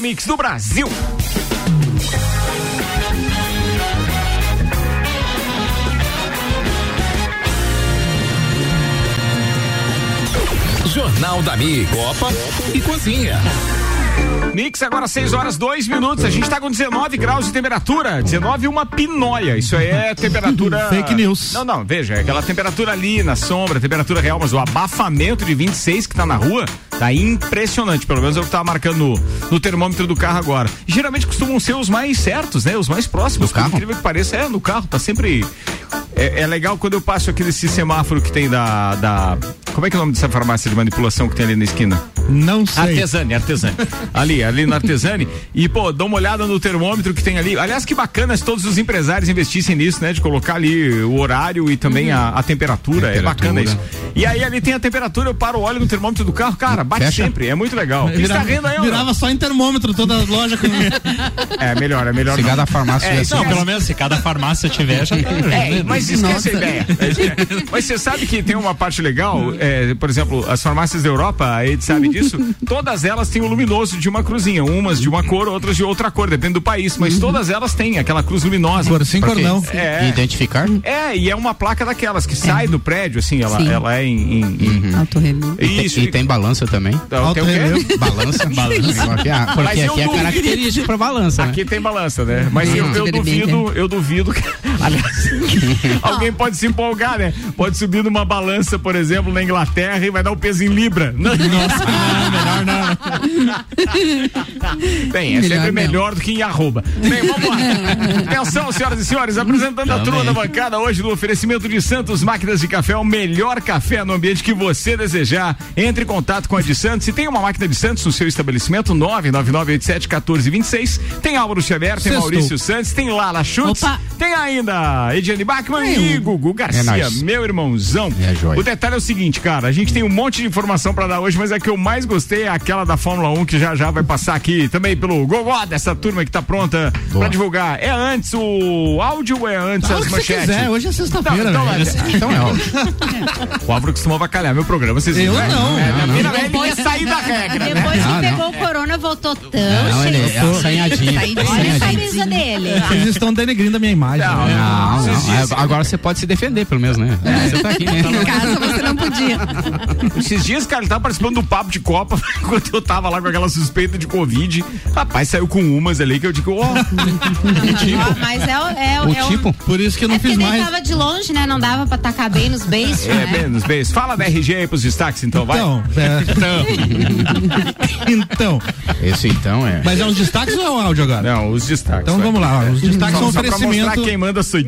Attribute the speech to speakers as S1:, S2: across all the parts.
S1: Mix do Brasil.
S2: Jornal da Mi, Copa e Cozinha.
S1: Mix agora 6 horas 2 minutos. A gente tá com 19 graus de temperatura. 19 e uma pinóia. Isso aí é temperatura.
S3: Fake news.
S1: Não, não, veja, é aquela temperatura ali na sombra, temperatura real, mas o abafamento de 26 que tá na rua tá impressionante. Pelo menos é o que tava marcando no, no termômetro do carro agora. Geralmente costumam ser os mais certos, né? Os mais próximos.
S3: Do carro?
S1: Por incrível que pareça, é no carro, tá sempre. É, é legal quando eu passo aquele semáforo que tem da, da. Como é que é o nome dessa farmácia de manipulação que tem ali na esquina?
S3: Não sei.
S1: Artesane, artesane. ali, ali no artesane. E, pô, dá uma olhada no termômetro que tem ali. Aliás, que bacana se todos os empresários investissem nisso, né? De colocar ali o horário e também a, a temperatura. É
S3: Temperatura.
S1: bacana isso. E aí ali tem a temperatura, eu paro o óleo no termômetro do carro, cara, bate
S3: Fecha.
S1: sempre. É muito legal. Isso tá renda aí, ó.
S3: virava só em termômetro toda a loja com
S1: É melhor, é melhor.
S3: Se
S1: não.
S3: cada farmácia
S1: É,
S3: tivesse-
S1: isso
S4: Não, pelo menos se cada farmácia tiver, já tá.
S1: É, mas esquece
S3: Nossa.
S1: a ideia. Mas você sabe que tem uma parte legal, é, por exemplo, as farmácias da Europa, a Ed sabe disso, todas elas têm o luminoso de uma cruzinha, umas de uma cor, outras de outra cor, depende do país, mas todas elas têm aquela cruz luminosa.
S3: Cor sim,
S1: Pra
S3: cor
S1: quê?
S3: não.
S1: É.
S4: Identificar?
S1: É, e é uma placa daquelas que sai do prédio, assim, ela,
S5: Sim.
S1: ela é em. em-
S6: Uhum.
S1: em-
S5: Alto relevo.
S1: Isso,
S4: E tem balança também.
S1: Então, tem o
S3: alto
S1: quê?
S3: relevo.
S4: Balança? balança. Aqui, ah,
S1: Mas
S4: porque
S1: eu
S4: aqui é
S1: duvido.
S4: característico pra balança,
S3: Tá
S4: né?
S1: Aqui tem balança, né? Mas eu, eu
S5: Super bem,
S1: duvido, eu duvido que. Aliás, alguém pode se empolgar, né? Pode subir numa balança, por exemplo, na Inglaterra e vai dar o peso em Libra. Não.
S3: Melhor não.
S1: Bem, é
S5: Melhor
S1: sempre
S5: não.
S1: melhor do que em arroba. Bem, vamos lá. Atenção, senhoras e senhores, apresentando a turma da bancada hoje no oferecimento de Santos Máquinas de Café, o melhor café no ambiente que você desejar. Entre em contato com a de Santos. Se tem uma máquina de Santos no seu estabelecimento, 999871426. Tem Álvaro Xavier, tem
S3: Sextou.
S1: Maurício Santos, tem Lala Schultz,
S5: Opa.
S1: tem ainda Ediane Bachmann e Gugu Garcia,
S4: nóis.
S1: meu irmãozão.
S4: É joia.
S1: O detalhe é o seguinte, cara, a gente tem um monte de informação pra dar hoje, mas a que eu mais gostei é aquela da Fórmula 1 que já já vai passar aqui também pelo Gogó dessa turma que tá pronta pra divulgar. É antes o áudio ou é antes
S3: Fala o
S1: as
S3: que Ah, você
S1: manchetes?
S3: quiser, hoje é sexta-feira.
S1: Não, então
S3: velho.
S4: Então é óbvio.
S1: O Álvaro costuma avacalhar meu programa, vocês
S3: Eu
S1: viram, né?
S3: não,
S1: É,
S3: não,
S1: minha
S3: não.
S1: mina, ele quer sair da regra, né?
S6: Depois
S4: Não,
S6: que
S4: não.
S6: pegou o corona, voltou Tá tão
S4: Não, ele é
S6: cheiroso.
S3: Tá
S4: assanhadinho.
S6: Olha a
S4: assanhadinho.
S6: camisa dele.
S3: Vocês estão denegrindo a minha imagem.
S1: Não,
S3: né?
S4: Não, não.
S1: Vocês dizem.
S4: Agora você pode se defender, pelo menos, né?
S3: É.
S4: Você tá aqui, né?
S5: Em casa você não podia.
S1: Esses dias, cara, ele tava participando do papo de Copa quando eu tava lá com aquela suspeita de Covid. Rapaz, saiu com umas ali que eu digo, ó,
S6: Ó, Mas é, o- é, o-
S4: O
S6: é o-
S4: tipo,
S3: Por isso que eu não
S6: É
S3: fiz
S6: porque nem
S3: mais.
S6: tava de longe, né? Não dava pra tacar bem nos beijos,
S1: é,
S6: né?
S1: menos beijo. Fala da RG aí pros destaques, então, vai.
S3: Então, é. então,
S4: esse então é.
S3: mas é os destaques ou é o áudio agora?
S1: Não, os destaques.
S3: Então
S1: vai.
S3: vamos lá, ó, os destaques
S1: Só,
S3: são um
S1: só pra mostrar
S3: oferecimento.
S1: quem manda sou eu.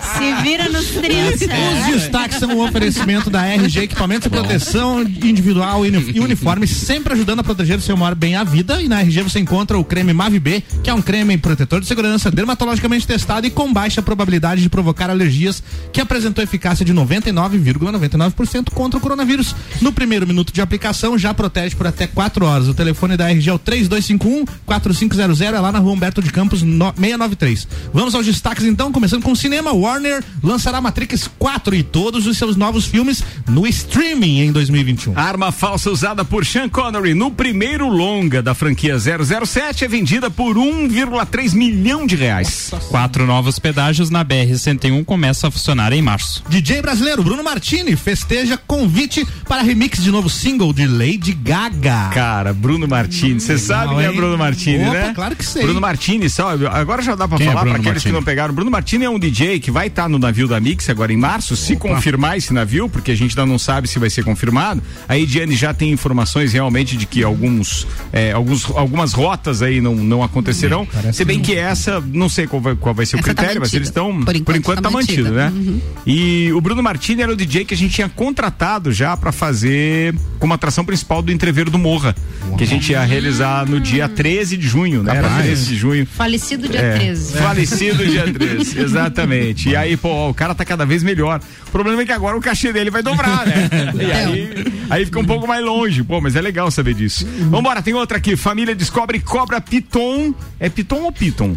S6: Se vira nos trinta.
S3: É. Os destaques são o oferecimento da RG Equipamentos e Proteção Individual e uni- e Uniforme, sempre ajudando a proteger o seu maior bem à vida. E na RG você encontra o creme Mavi B, que é um creme protetor de segurança dermatologicamente testado e com baixa probabilidade de provocar alergias, que apresentou eficácia de 99,99% contra o coronavírus. No primeiro minuto de aplicação, já protege por até 4 horas. O telefone da RG é o 3251-4500, é lá na rua Humberto de Campos no- 693. Vamos aos destaques então, começando com o cinema. Warner lançará Matrix 4 e todos os seus novos filmes no streaming em 2021.
S1: Arma falsa usada por Sean Connery no primeiro longa da franquia 007 é vendida por 1,3 milhão de reais.
S4: Quatro novos pedágios na BR-101 começam um a funcionar em março.
S3: DJ brasileiro Bruno Martini festeja convite para remix de novo single de Lady
S4: Ah.
S3: Gaga.
S1: Cara, Bruno Martini, você sabe quem é
S3: hein?
S1: Bruno Martini,
S3: Opa,
S1: né?
S3: claro que sei.
S1: Bruno Martini, sabe? Agora já dá pra
S4: Quem é
S1: falar pra
S4: Bruno
S1: aqueles que
S4: Martini?
S1: não pegaram. Bruno Martini é um DJ que vai estar no navio da Mix agora em março, se confirmar esse navio, porque a gente ainda não sabe se vai ser confirmado. A Ediane já tem informações realmente de que alguns, é, alguns algumas rotas aí não, não acontecerão. se bem que essa, não sei qual vai, qual vai ser o
S5: Essa tá
S1: critério, mas
S5: mantida.
S1: eles estão, por
S5: Por
S1: enquanto,
S5: enquanto
S1: tá,
S5: tá
S1: mantido, né?
S5: mantida.
S1: E o Bruno Martini era o DJ que a gente tinha contratado já pra fazer como atração principal do Entreveiro do Morra, que a gente ia realizar no dia 13 de junho, né? Era
S4: Capaz.
S1: 13 de junho.
S6: Falecido dia
S1: É,
S6: 13.
S1: Falecido dia 13, exatamente. E aí, pô, ó, o cara tá cada vez melhor. O problema é que agora o cachê dele vai dobrar, né? E aí, aí fica um pouco mais longe. Pô, mas é legal saber disso. Vambora, tem outra aqui. Família descobre cobra piton. É piton ou piton?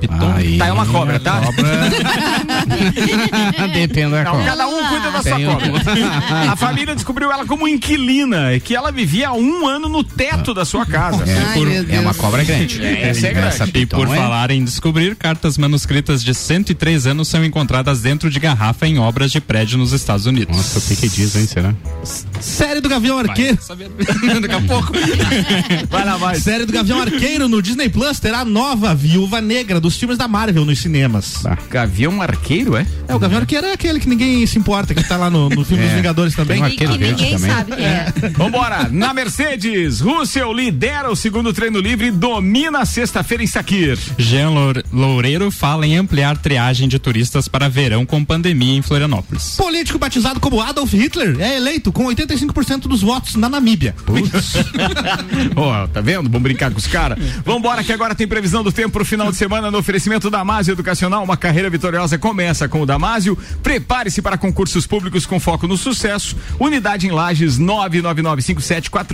S4: Piton.
S5: Aí,
S1: Tá, é uma cobra, tá? Não,
S5: Depende da Tá cobra. É,
S1: cada um cuida da sua
S5: Tem um-
S1: cobra. A família descobriu ela como inquilina e que ela vivia há um ano no teto da sua casa.
S5: É,
S4: Por-
S5: é uma cobra grande.
S1: essa é
S4: E
S1: grande.
S3: Então
S4: por
S5: piton é-
S4: falar em descobrir, cartas manuscritas de 103 anos são encontradas dentro de garrafa em obras de prédio nos Estados Unidos.
S5: Nossa, o que que diz, hein? Será?
S3: Série do Gavião Arqueiro.
S4: Daqui a pouco.
S1: Vai lá, vai.
S3: Série do Gavião Arqueiro no Disney Plus terá a nova Viúva Negra dos filmes da Marvel nos cinemas.
S1: Gavião arqueiro, é?
S3: É, o Gavião Arqueiro é aquele que ninguém se importa, que tá lá no, no filme dos Vingadores também.
S5: Tem um
S6: E que
S5: arqueiro verde
S6: ninguém
S5: também.
S6: sabe quem é.
S1: Vambora! Na Mercedes, Russell lidera o segundo treino livre e domina a sexta-feira em Sakir.
S4: Jean Loure- Loureiro fala em ampliar triagem de turistas para verão com pandemia em Florianópolis.
S3: Político batizado como Adolf Hitler é eleito com 85% dos votos na Namíbia.
S1: Ó, tá vendo? Vamos brincar com os caras. Vambora que agora tem previsão do tempo pro final de semana no oferecimento Damásio Educacional. Uma carreira vitoriosa começa com o Damásio. Prepare-se para concursos públicos com foco no sucesso. Unidade em Lages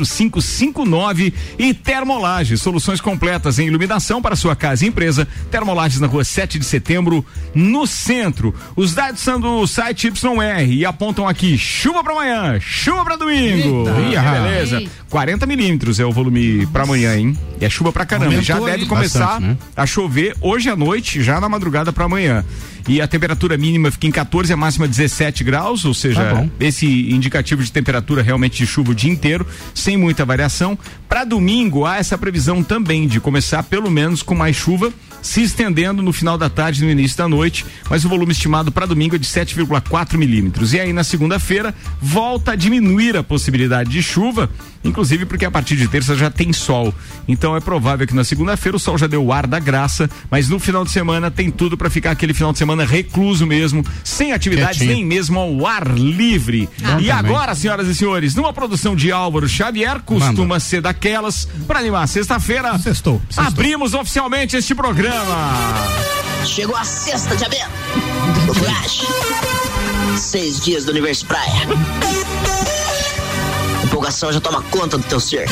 S1: 999574559 e Termolages, soluções completas em iluminação para sua casa e empresa. Termolages na rua 7 de setembro, no centro. Os dados são do site YR e apontam aqui chuva para amanhã, chuva para domingo.
S5: Eita.
S1: Ih, Beleza.
S6: Ei.
S1: 40 milímetros é o volume pra amanhã, hein? E é chuva pra caramba.
S3: Aumentou,
S1: já deve
S3: hein?
S1: começar
S5: Bastante, né?
S1: a chover hoje à noite, já na madrugada pra amanhã. E a temperatura mínima fica em 14, a máxima 17 graus, ou seja,
S5: Tá bom.
S1: esse indicativo de temperatura realmente de chuva o dia inteiro, sem muita variação. Pra domingo há essa previsão também de começar pelo menos com mais chuva, se estendendo no final da tarde e no início da noite, mas o volume estimado pra domingo é de 7,4 milímetros. E aí na segunda-feira volta a diminuir a possibilidade de chuva, inclusive porque a partir de terça já tem sol. Então é provável que na segunda-feira o sol já deu o ar da graça, mas no final de semana tem tudo pra ficar aquele final de semana recluso mesmo, sem atividades
S5: Quietinho.
S1: nem mesmo ao ar livre. e agora, senhoras e senhores, numa produção de Álvaro Xavier, costuma ser daquelas, para animar sexta-feira,
S3: Sextou, sextou.
S1: abrimos oficialmente este programa.
S7: Chegou a sexta de aberto do Flash. Seis dias do Universo Praia. A empolgação já toma conta do teu ser.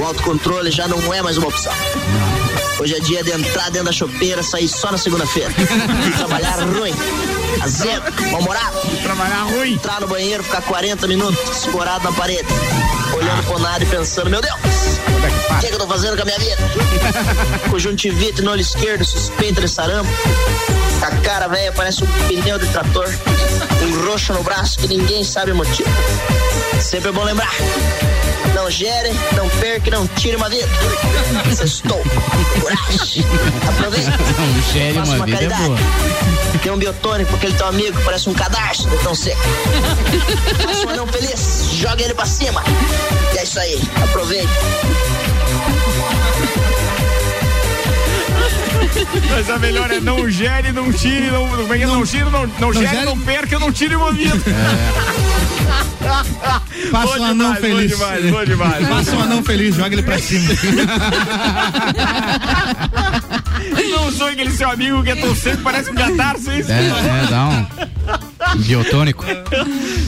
S7: O autocontrole já não é mais uma opção. Hoje é dia de entrar dentro da chopeira, sair só na segunda-feira. Trabalhar ruim, azedo, mal-humorado.
S1: Trabalhar ruim.
S7: Entrar no banheiro, ficar 40 minutos escorado na parede. Olhando pro nada e pensando, meu Deus, o que, é que eu tô fazendo com a minha vida? Conjuntivite no olho esquerdo, suspeita de sarampo. A cara velha parece um pneu de trator. Um roxo no braço que ninguém sabe o motivo. Sempre é bom lembrar. Não gere, não perca e não tire uma vida. Sextou. Coragem. Aproveita.
S5: Não, gere
S7: Faça
S5: uma
S7: uma
S5: vida é
S7: caridade.
S5: boa.
S7: Tem um biotônico pra aquele teu amigo que parece um cadarço de tão seco. Faça um anão feliz, joga ele pra cima. E é isso aí, aproveita.
S1: Mas a melhor é não gere, não tire, não, não, não, é? não tire, não, não, gere,
S3: gere.
S1: não perca, não tire uma vida.
S3: Passa um anão feliz.
S1: Bom demais, bom demais.
S3: Passa um anão feliz, joga ele
S5: É,
S3: pra cima.
S1: não sou aquele seu amigo que é tão seco, parece um catarse, é isso?
S5: É, é, dá um biotônico.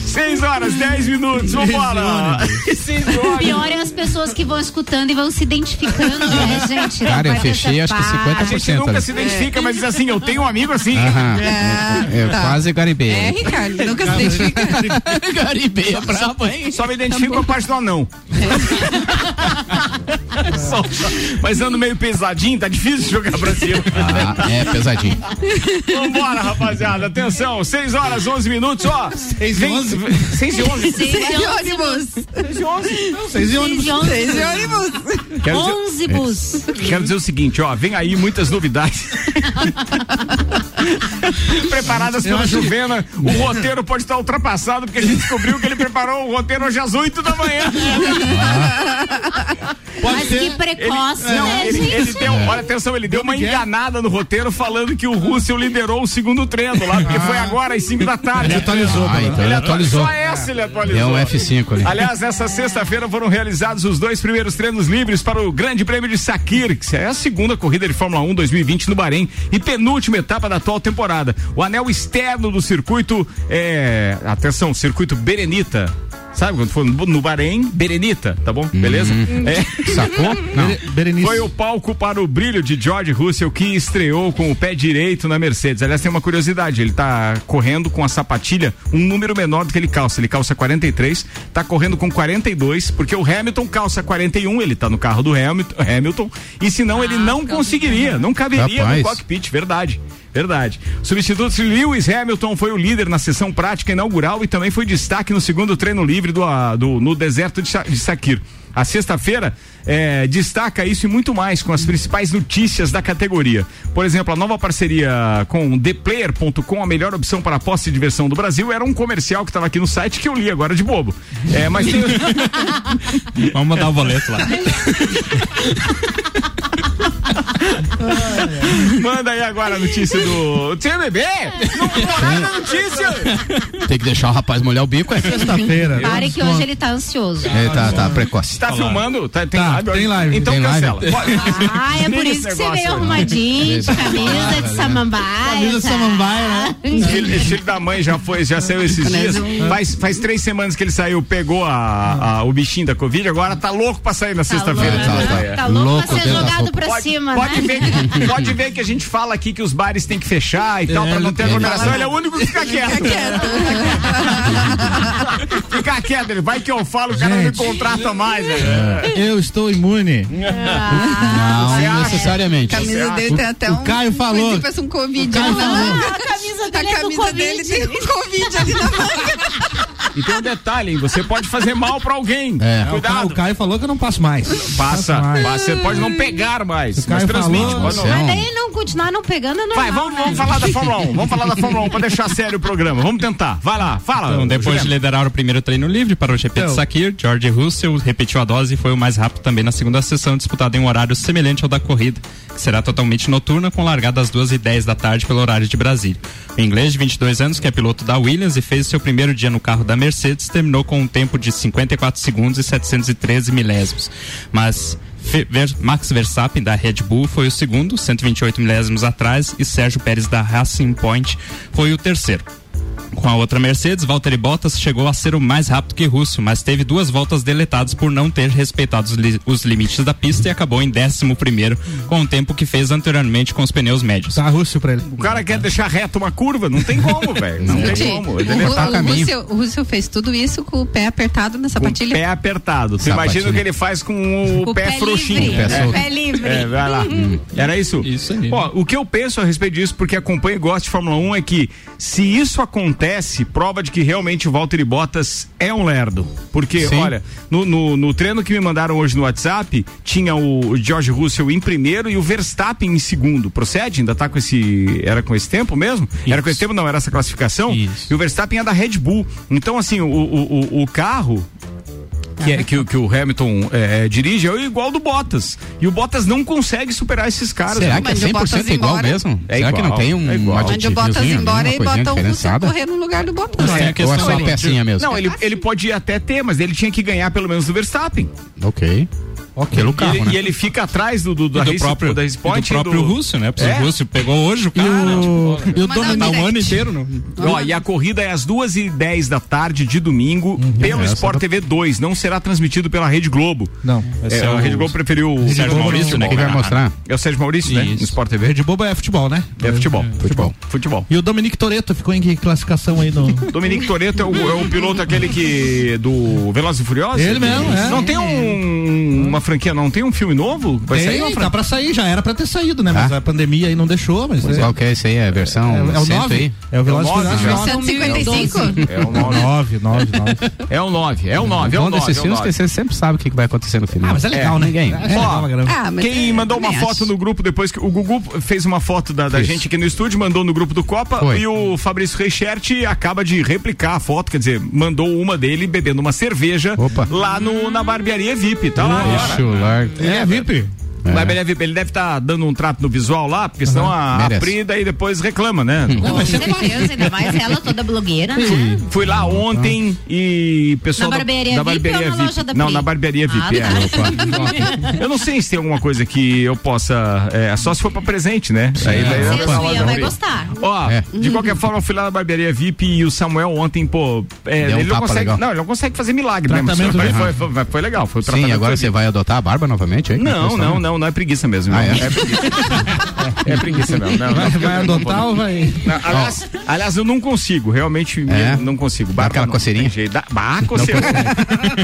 S1: 6 horas, 10 minutos, vambora. 6 horas.
S6: Pior é as pessoas que vão escutando e vão se identificando, né, gente? Não
S5: Cara, eu
S6: vai
S5: fechei acho que
S6: pensar, pá,
S1: A gente
S5: 50%
S1: nunca
S5: ali.
S1: se identifica, mas diz assim, eu tenho um amigo assim.
S5: Aham.
S8: É,
S5: Eu
S8: tá.
S5: quase garibei.
S8: É, Ricardo, nunca se identifica.
S5: garibei, é brabo, hein?
S1: Só me identifico com a parte do anão. Só- mas ando meio pesadinho, tá difícil jogar pra cima.
S5: Ah, é pesadinho.
S1: Vambora, rapaziada. Atenção, 6 horas, 11 minutos, ó. 6
S3: e 11?
S1: 6 e 11.
S8: Seis de ônibus.
S1: 6 e 11.
S3: Vocês e ônibus.
S6: Seis de onze.
S8: Seis de ônibus.
S1: Quero dizer-
S6: 11 bus.
S1: Quero dizer o seguinte, ó, vem aí muitas novidades. Preparadas pela Juvena, o roteiro pode estar ultrapassado, porque a gente descobriu que ele preparou o roteiro hoje às 8 da manhã.
S3: Pode
S6: Mas que
S4: é.
S3: ser.
S6: precoce,
S1: Não,
S6: né,
S1: ele,
S6: gente?
S1: ele deu, olha, atenção, ele deu uma
S3: Miguel.
S1: enganada no roteiro falando que o Russell liderou o segundo treino lá, porque foi agora às 5 da tarde.
S3: Ele atualizou.
S5: Ah,
S3: mano.
S5: então ele atualizou.
S1: Só essa ele atualizou.
S5: Deu um F5 ali.
S1: Aliás, essa sexta-feira foram realizados os dois primeiros treinos livres para o Grande Prêmio de Sakir, que é a segunda corrida de Fórmula 1 2020 no Bahrein e penúltima etapa da atual temporada. O anel externo do circuito é. Atenção, circuito Berenita. Sabe quando foi no, no Bahrein? Berenita, tá bom? Beleza? É.
S5: Sacou? Não.
S3: Berenice.
S1: Foi o palco para o brilho de George Russell, que estreou com o pé direito na Mercedes. Aliás, tem uma curiosidade: ele tá correndo com a sapatilha um número menor do que ele calça. Ele calça 43, tá correndo com 42, porque o Hamilton calça 41, ele tá no carro do Hamilton, Hamilton e senão ele não conseguiria, não caberia no
S5: Rapaz.
S1: cockpit, verdade. Verdade. O substituto Lewis Hamilton foi o líder na sessão prática inaugural e também foi destaque no segundo treino livre do, ah, do- no deserto de, Sa- de Sakir. A sexta-feira eh, destaca isso e muito mais com as principais notícias da categoria. Por exemplo, a nova parceria com ThePlayer.com, a melhor opção para a posse e diversão do Brasil, era um comercial que estava aqui no site que eu li agora de bobo. É, mas tem,
S4: Vamos mandar o boleto lá.
S1: manda aí agora a notícia do TNB! Não moraram na notícia!
S5: Tem que deixar o rapaz molhar o bico, é?
S3: Sexta-feira.
S6: Pare que hoje ele tá ansioso.
S5: É, tá, tá, precoce.
S1: Tá filmando? Tá, tem,
S3: Tá,
S1: live,
S3: tem live.
S1: Então
S5: Tem live.
S1: cancela. Pode-
S6: Ah, é por
S1: Esse
S6: isso que você veio
S1: negócio aí.
S6: arrumadinho, de camisa de samambaia. Tá
S3: Camisa samambaia, né?
S1: Esse filho, esse filho da mãe já foi, já saiu esses
S6: Né?
S1: dias. Faz, faz três semanas que ele saiu, pegou a, a- o bichinho da Covid, agora tá louco pra sair na
S6: Tá
S1: sexta-feira.
S6: louco,
S5: tá,
S6: né?
S5: tá.
S6: Tá louco
S5: Louco
S6: pra ser
S5: dentro da
S6: jogado
S5: roupa.
S6: pra
S1: Pode,
S6: cima,
S1: pode
S6: né?
S1: ver que, pode ver que a gente fala aqui que os bares têm que fechar e tal, pra não ter aglomeração. Ele é o único que fica quieto. Fica quieto, ele vai que eu falo, o cara não me
S3: Gente.
S1: contrata mais. né?
S3: Eu estou imune.
S1: Hum.
S5: Não,
S1: acha?
S5: necessariamente.
S8: A camisa dele tem até um.
S3: Caio falou.
S8: coisinho, Parece um Covid.
S3: Caio
S8: ali na
S3: falou.
S8: manga.
S6: Ah, A camisa é
S8: A camisa dele tem um Covid ali na mão.
S1: E tem um detalhe, hein? você pode fazer mal pra alguém.
S5: É.
S3: O Ca- O
S1: Cuidado.
S3: Caio falou que eu não passo mais.
S1: Passa,
S3: mais.
S1: passa, você pode não pegar mais,
S3: O
S1: mas
S3: Caio
S1: transmite.
S3: falou,
S1: pode não.
S5: você é
S6: Mas
S5: um-
S6: daí não continuar não pegando, é né? não.
S1: Vai, vamos, vamos falar da Fórmula 1. Vamos falar da Fórmula 1 pra deixar sério o programa. Vamos tentar. Vai lá, fala.
S4: Então, depois de
S1: Juliano.
S4: liderar o primeiro treino livre para o GP de
S3: Então.
S4: Sakir, George Russell repetiu a dose e foi o mais rápido também na segunda sessão, disputada em um horário semelhante ao da corrida, que será totalmente noturna, com largada às 2h10 da tarde pelo horário de Brasília. O inglês de 22 anos, que é piloto da Williams e fez seu primeiro dia no carro da Mercedes, terminou com um tempo de 54 segundos e 713 milésimos. Mas Fe- Ver- Max Verstappen da Red Bull foi o segundo, 128 milésimos atrás, e Sérgio Pérez da Racing Point foi o terceiro. Com a outra Mercedes, Valtteri Bottas chegou a ser o mais rápido que Russo, mas teve duas voltas deletadas por não ter respeitado os, li- os limites da pista e acabou em 11 primeiro, com o tempo que fez anteriormente com os pneus médios.
S3: Tá rússio pra ele.
S1: O cara quer deixar reto uma curva, não tem como, velho. Não tem
S8: Gente,
S1: como.
S8: o,
S1: Ele é
S8: Ru- o,
S5: caminho.
S8: Russell, o Russell fez tudo isso com o pé apertado na
S1: com o
S8: sapatilha.
S1: pé apertado. Tu imagina
S5: Sapatilha.
S1: o que ele faz com o, pé, frouxinho.
S5: O pé
S1: né?
S5: solto.
S8: Pé livre.
S1: É, vai lá. Era isso?
S4: Isso aí.
S1: Ó, o que eu penso a respeito disso, porque acompanho e gosto de Fórmula 1, é que se isso acontece, prova de que realmente o Valtteri Bottas é um lerdo. Porque,
S5: Sim.
S1: olha, no, no, no treino que me mandaram hoje no WhatsApp, tinha o George Russell em primeiro e o Verstappen em segundo. Procede? Ainda tá com esse. Era com esse tempo mesmo? Era com esse tempo, não, era essa classificação.
S4: Isso.
S1: E o Verstappen é da Red Bull. Então, assim, o, o, o, o carro que, é, que, o- que o Hamilton é, é, dirige é igual do Bottas. E o Bottas não consegue superar esses caras.
S5: Será
S1: né?
S5: que é
S8: Mas o
S5: 100%
S8: Bottas
S5: igual
S8: embora-
S5: mesmo?
S1: É
S5: Será
S1: igual,
S5: que não tem um
S1: é igual. Onde
S8: Onde o Bottas
S5: adjetivozinho,
S8: embora e
S5: alguma coisinha
S8: bota o Russell
S5: diferenciada?
S8: correr no lugar do Bottas.
S4: Mas tem a
S5: Ou é
S4: questão
S5: só uma
S4: ali.
S5: pecinha mesmo?
S1: Não, ele, ele pode ir até ter, mas ele tinha que ganhar pelo menos do Verstappen.
S5: Ok. Pelo carro,
S1: e, ele,
S5: né?
S1: e ele fica atrás do, do,
S4: E
S1: da
S4: do
S1: Race-
S4: próprio,
S1: da
S4: e
S1: Race
S4: do
S1: Point,
S4: próprio Russo, né? Porque
S1: É.
S4: O Russo pegou hoje o
S3: E
S4: cara. né? Tipo,
S3: o, e
S8: Mas
S3: o
S8: não,
S3: Dominic-
S4: Tá o ano
S8: Direct.
S4: inteiro no,
S1: Ó, e a corrida é às duas e dez da tarde de domingo
S4: Uhum.
S1: pelo
S5: essa
S1: Sport
S5: tá-
S1: TV 2. Não será transmitido pela Rede Globo.
S3: Não.
S1: É,
S4: Esse é
S1: a
S4: o-
S1: Rede Globo preferiu o
S4: Sérgio Maurício, né,
S5: que vai mostrar.
S1: É o Sérgio Maurício, né?
S4: Isso. Uhum.
S1: No Sport TV.
S3: Verde boba é futebol, né?
S1: É futebol.
S5: Futebol.
S1: Futebol.
S3: E o Dominic Toreto ficou em que classificação aí no.
S1: Dominique Toretto é o, é o piloto aquele que. do Velozes e Furiosos?
S3: Ele mesmo, é.
S1: Não tem um, uma franquia, não? Tem um filme novo? Vai sair uma
S3: Tem, tá
S1: franquia.
S3: pra sair, já era pra ter saído, né? Mas
S5: Ah.
S3: a pandemia aí não deixou, mas.
S5: Qual que é esse aí? É a versão
S3: É, é o
S5: 100 aí?
S3: 9? É o Velozes
S1: É o nove,
S3: Furiosos
S1: né?
S6: Tá
S8: 155?
S1: É o 9.
S3: 9, 9, 9.
S1: É o 9. É o 9. É o
S5: Bom
S1: 9.
S5: desses filmes que você sempre sabe o que que vai acontecer no final.
S3: Ah, mas é legal, né?
S5: Ninguém.
S3: É legal, pra caramba.
S8: Ah, mas
S1: Quem
S8: eu
S1: mandou uma
S8: também
S1: foto
S8: acho.
S1: no grupo depois que. O Gugu fez uma foto da, da
S5: Fez.
S1: gente aqui no estúdio, mandou no grupo do Copa
S5: Foi.
S1: e o Fabrício Reichert acaba de replicar a foto, quer dizer, mandou uma dele bebendo uma cerveja
S5: Opa.
S1: lá no, na barbearia VIP. Tá lá. agora.
S5: Deixa o lar.
S3: É, VIP.
S1: Mas ele deve, ele deve estar dando um trato no visual lá, porque senão a, a
S5: merece.
S1: Pri daí depois reclama, né?
S6: Com certeza, ainda mais ela toda blogueira, né?
S1: Fui lá
S5: Ah.
S1: ontem e pessoal
S6: Na
S1: da-
S6: barbearia
S1: da,
S6: VIP
S1: barbearia
S6: ou na
S1: VIP.
S6: loja da
S1: não,
S6: Pri?
S1: na barbearia VIP.
S6: Ah,
S1: é, opa. eu não sei se tem alguma coisa que eu possa, é, só se for pra presente, né? Aí daí eu-
S6: Você e a Zuia vai gostar.
S1: Ó,
S5: É.
S1: de qualquer forma, eu fui lá na barbearia VIP e o Samuel ontem, pô, é,
S5: Deu um
S1: ele não
S5: tapa
S1: consegue.
S5: legal.
S1: Não, ele não consegue fazer milagre né?
S3: Tratamento
S1: Foi,
S3: VIP.
S1: foi, foi, foi legal, foi o
S5: Sim,
S1: tratamento
S5: agora
S1: VIP.
S5: você vai adotar a barba novamente? aí?
S1: Não, não, não, não é preguiça mesmo.
S5: Ah,
S1: não.
S5: é?
S1: é? preguiça. É, é preguiça mesmo. Não, não,
S3: Vai adotar ou vai.
S1: não, aliás, aliás, eu não consigo, realmente
S5: É?
S1: eu não consigo. Barba
S5: aquela
S1: não,
S5: coceirinha?
S1: tem jeito. Dá, bah, coceirona.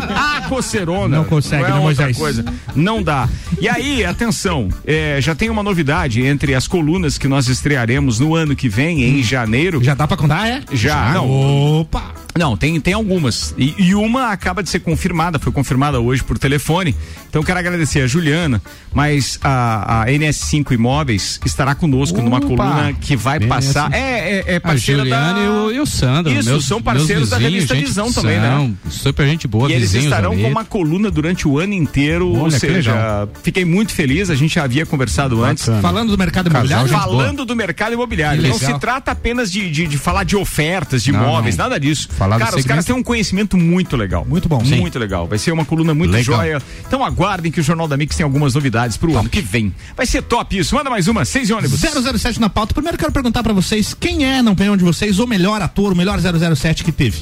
S1: ah, coceirona.
S3: Não consegue,
S1: é
S3: né,
S1: outra
S3: Moisés?
S1: coisa. Não dá. E aí, atenção, é, já tem uma novidade entre as colunas que nós estrearemos no ano que vem, em janeiro.
S3: Hum. Já dá pra contar, é?
S1: Já, não.
S3: Opa!
S1: Não, tem, tem algumas. E, e uma acaba de ser confirmada, foi confirmada hoje por telefone. Então quero agradecer a Juliana, mas a, a NS5 Imóveis estará conosco numa
S5: Opa!
S1: coluna que vai
S5: NS5.
S1: passar. É, é, é
S5: A
S1: parceira
S5: Juliana
S1: da...
S5: e, o, e o Sandro.
S1: Isso, são parceiros da revista
S5: gente,
S1: Visão também, né?
S5: são Super gente boa,
S1: E eles
S5: vizinhos
S1: estarão
S5: ali.
S1: com uma coluna durante o ano inteiro, ou
S5: Olha, que
S1: seja,
S5: legal.
S1: fiquei muito feliz, a gente já havia conversado antes.
S5: Bacana.
S3: Falando do mercado
S5: Casal
S3: imobiliário,
S5: gente
S1: Falando do mercado imobiliário.
S5: Que
S1: Não
S5: legal.
S1: se trata apenas de, de, de falar de ofertas, de
S5: Não,
S1: imóveis,
S5: não.
S1: nada disso.
S5: Falar do
S1: Cara, os
S5: segmento.
S1: caras têm um conhecimento muito legal.
S3: Muito bom. Sim.
S1: Muito legal. Vai ser uma coluna muito
S5: Legal.
S1: joia. Então aguardem que o Jornal da Mix tem algumas novidades pro ano que vem. Vai ser top isso. Manda mais uma, seis e ônibus.
S3: 007 na pauta. Primeiro quero perguntar pra vocês quem é, na opinião de vocês, o melhor ator, o melhor 007 que teve.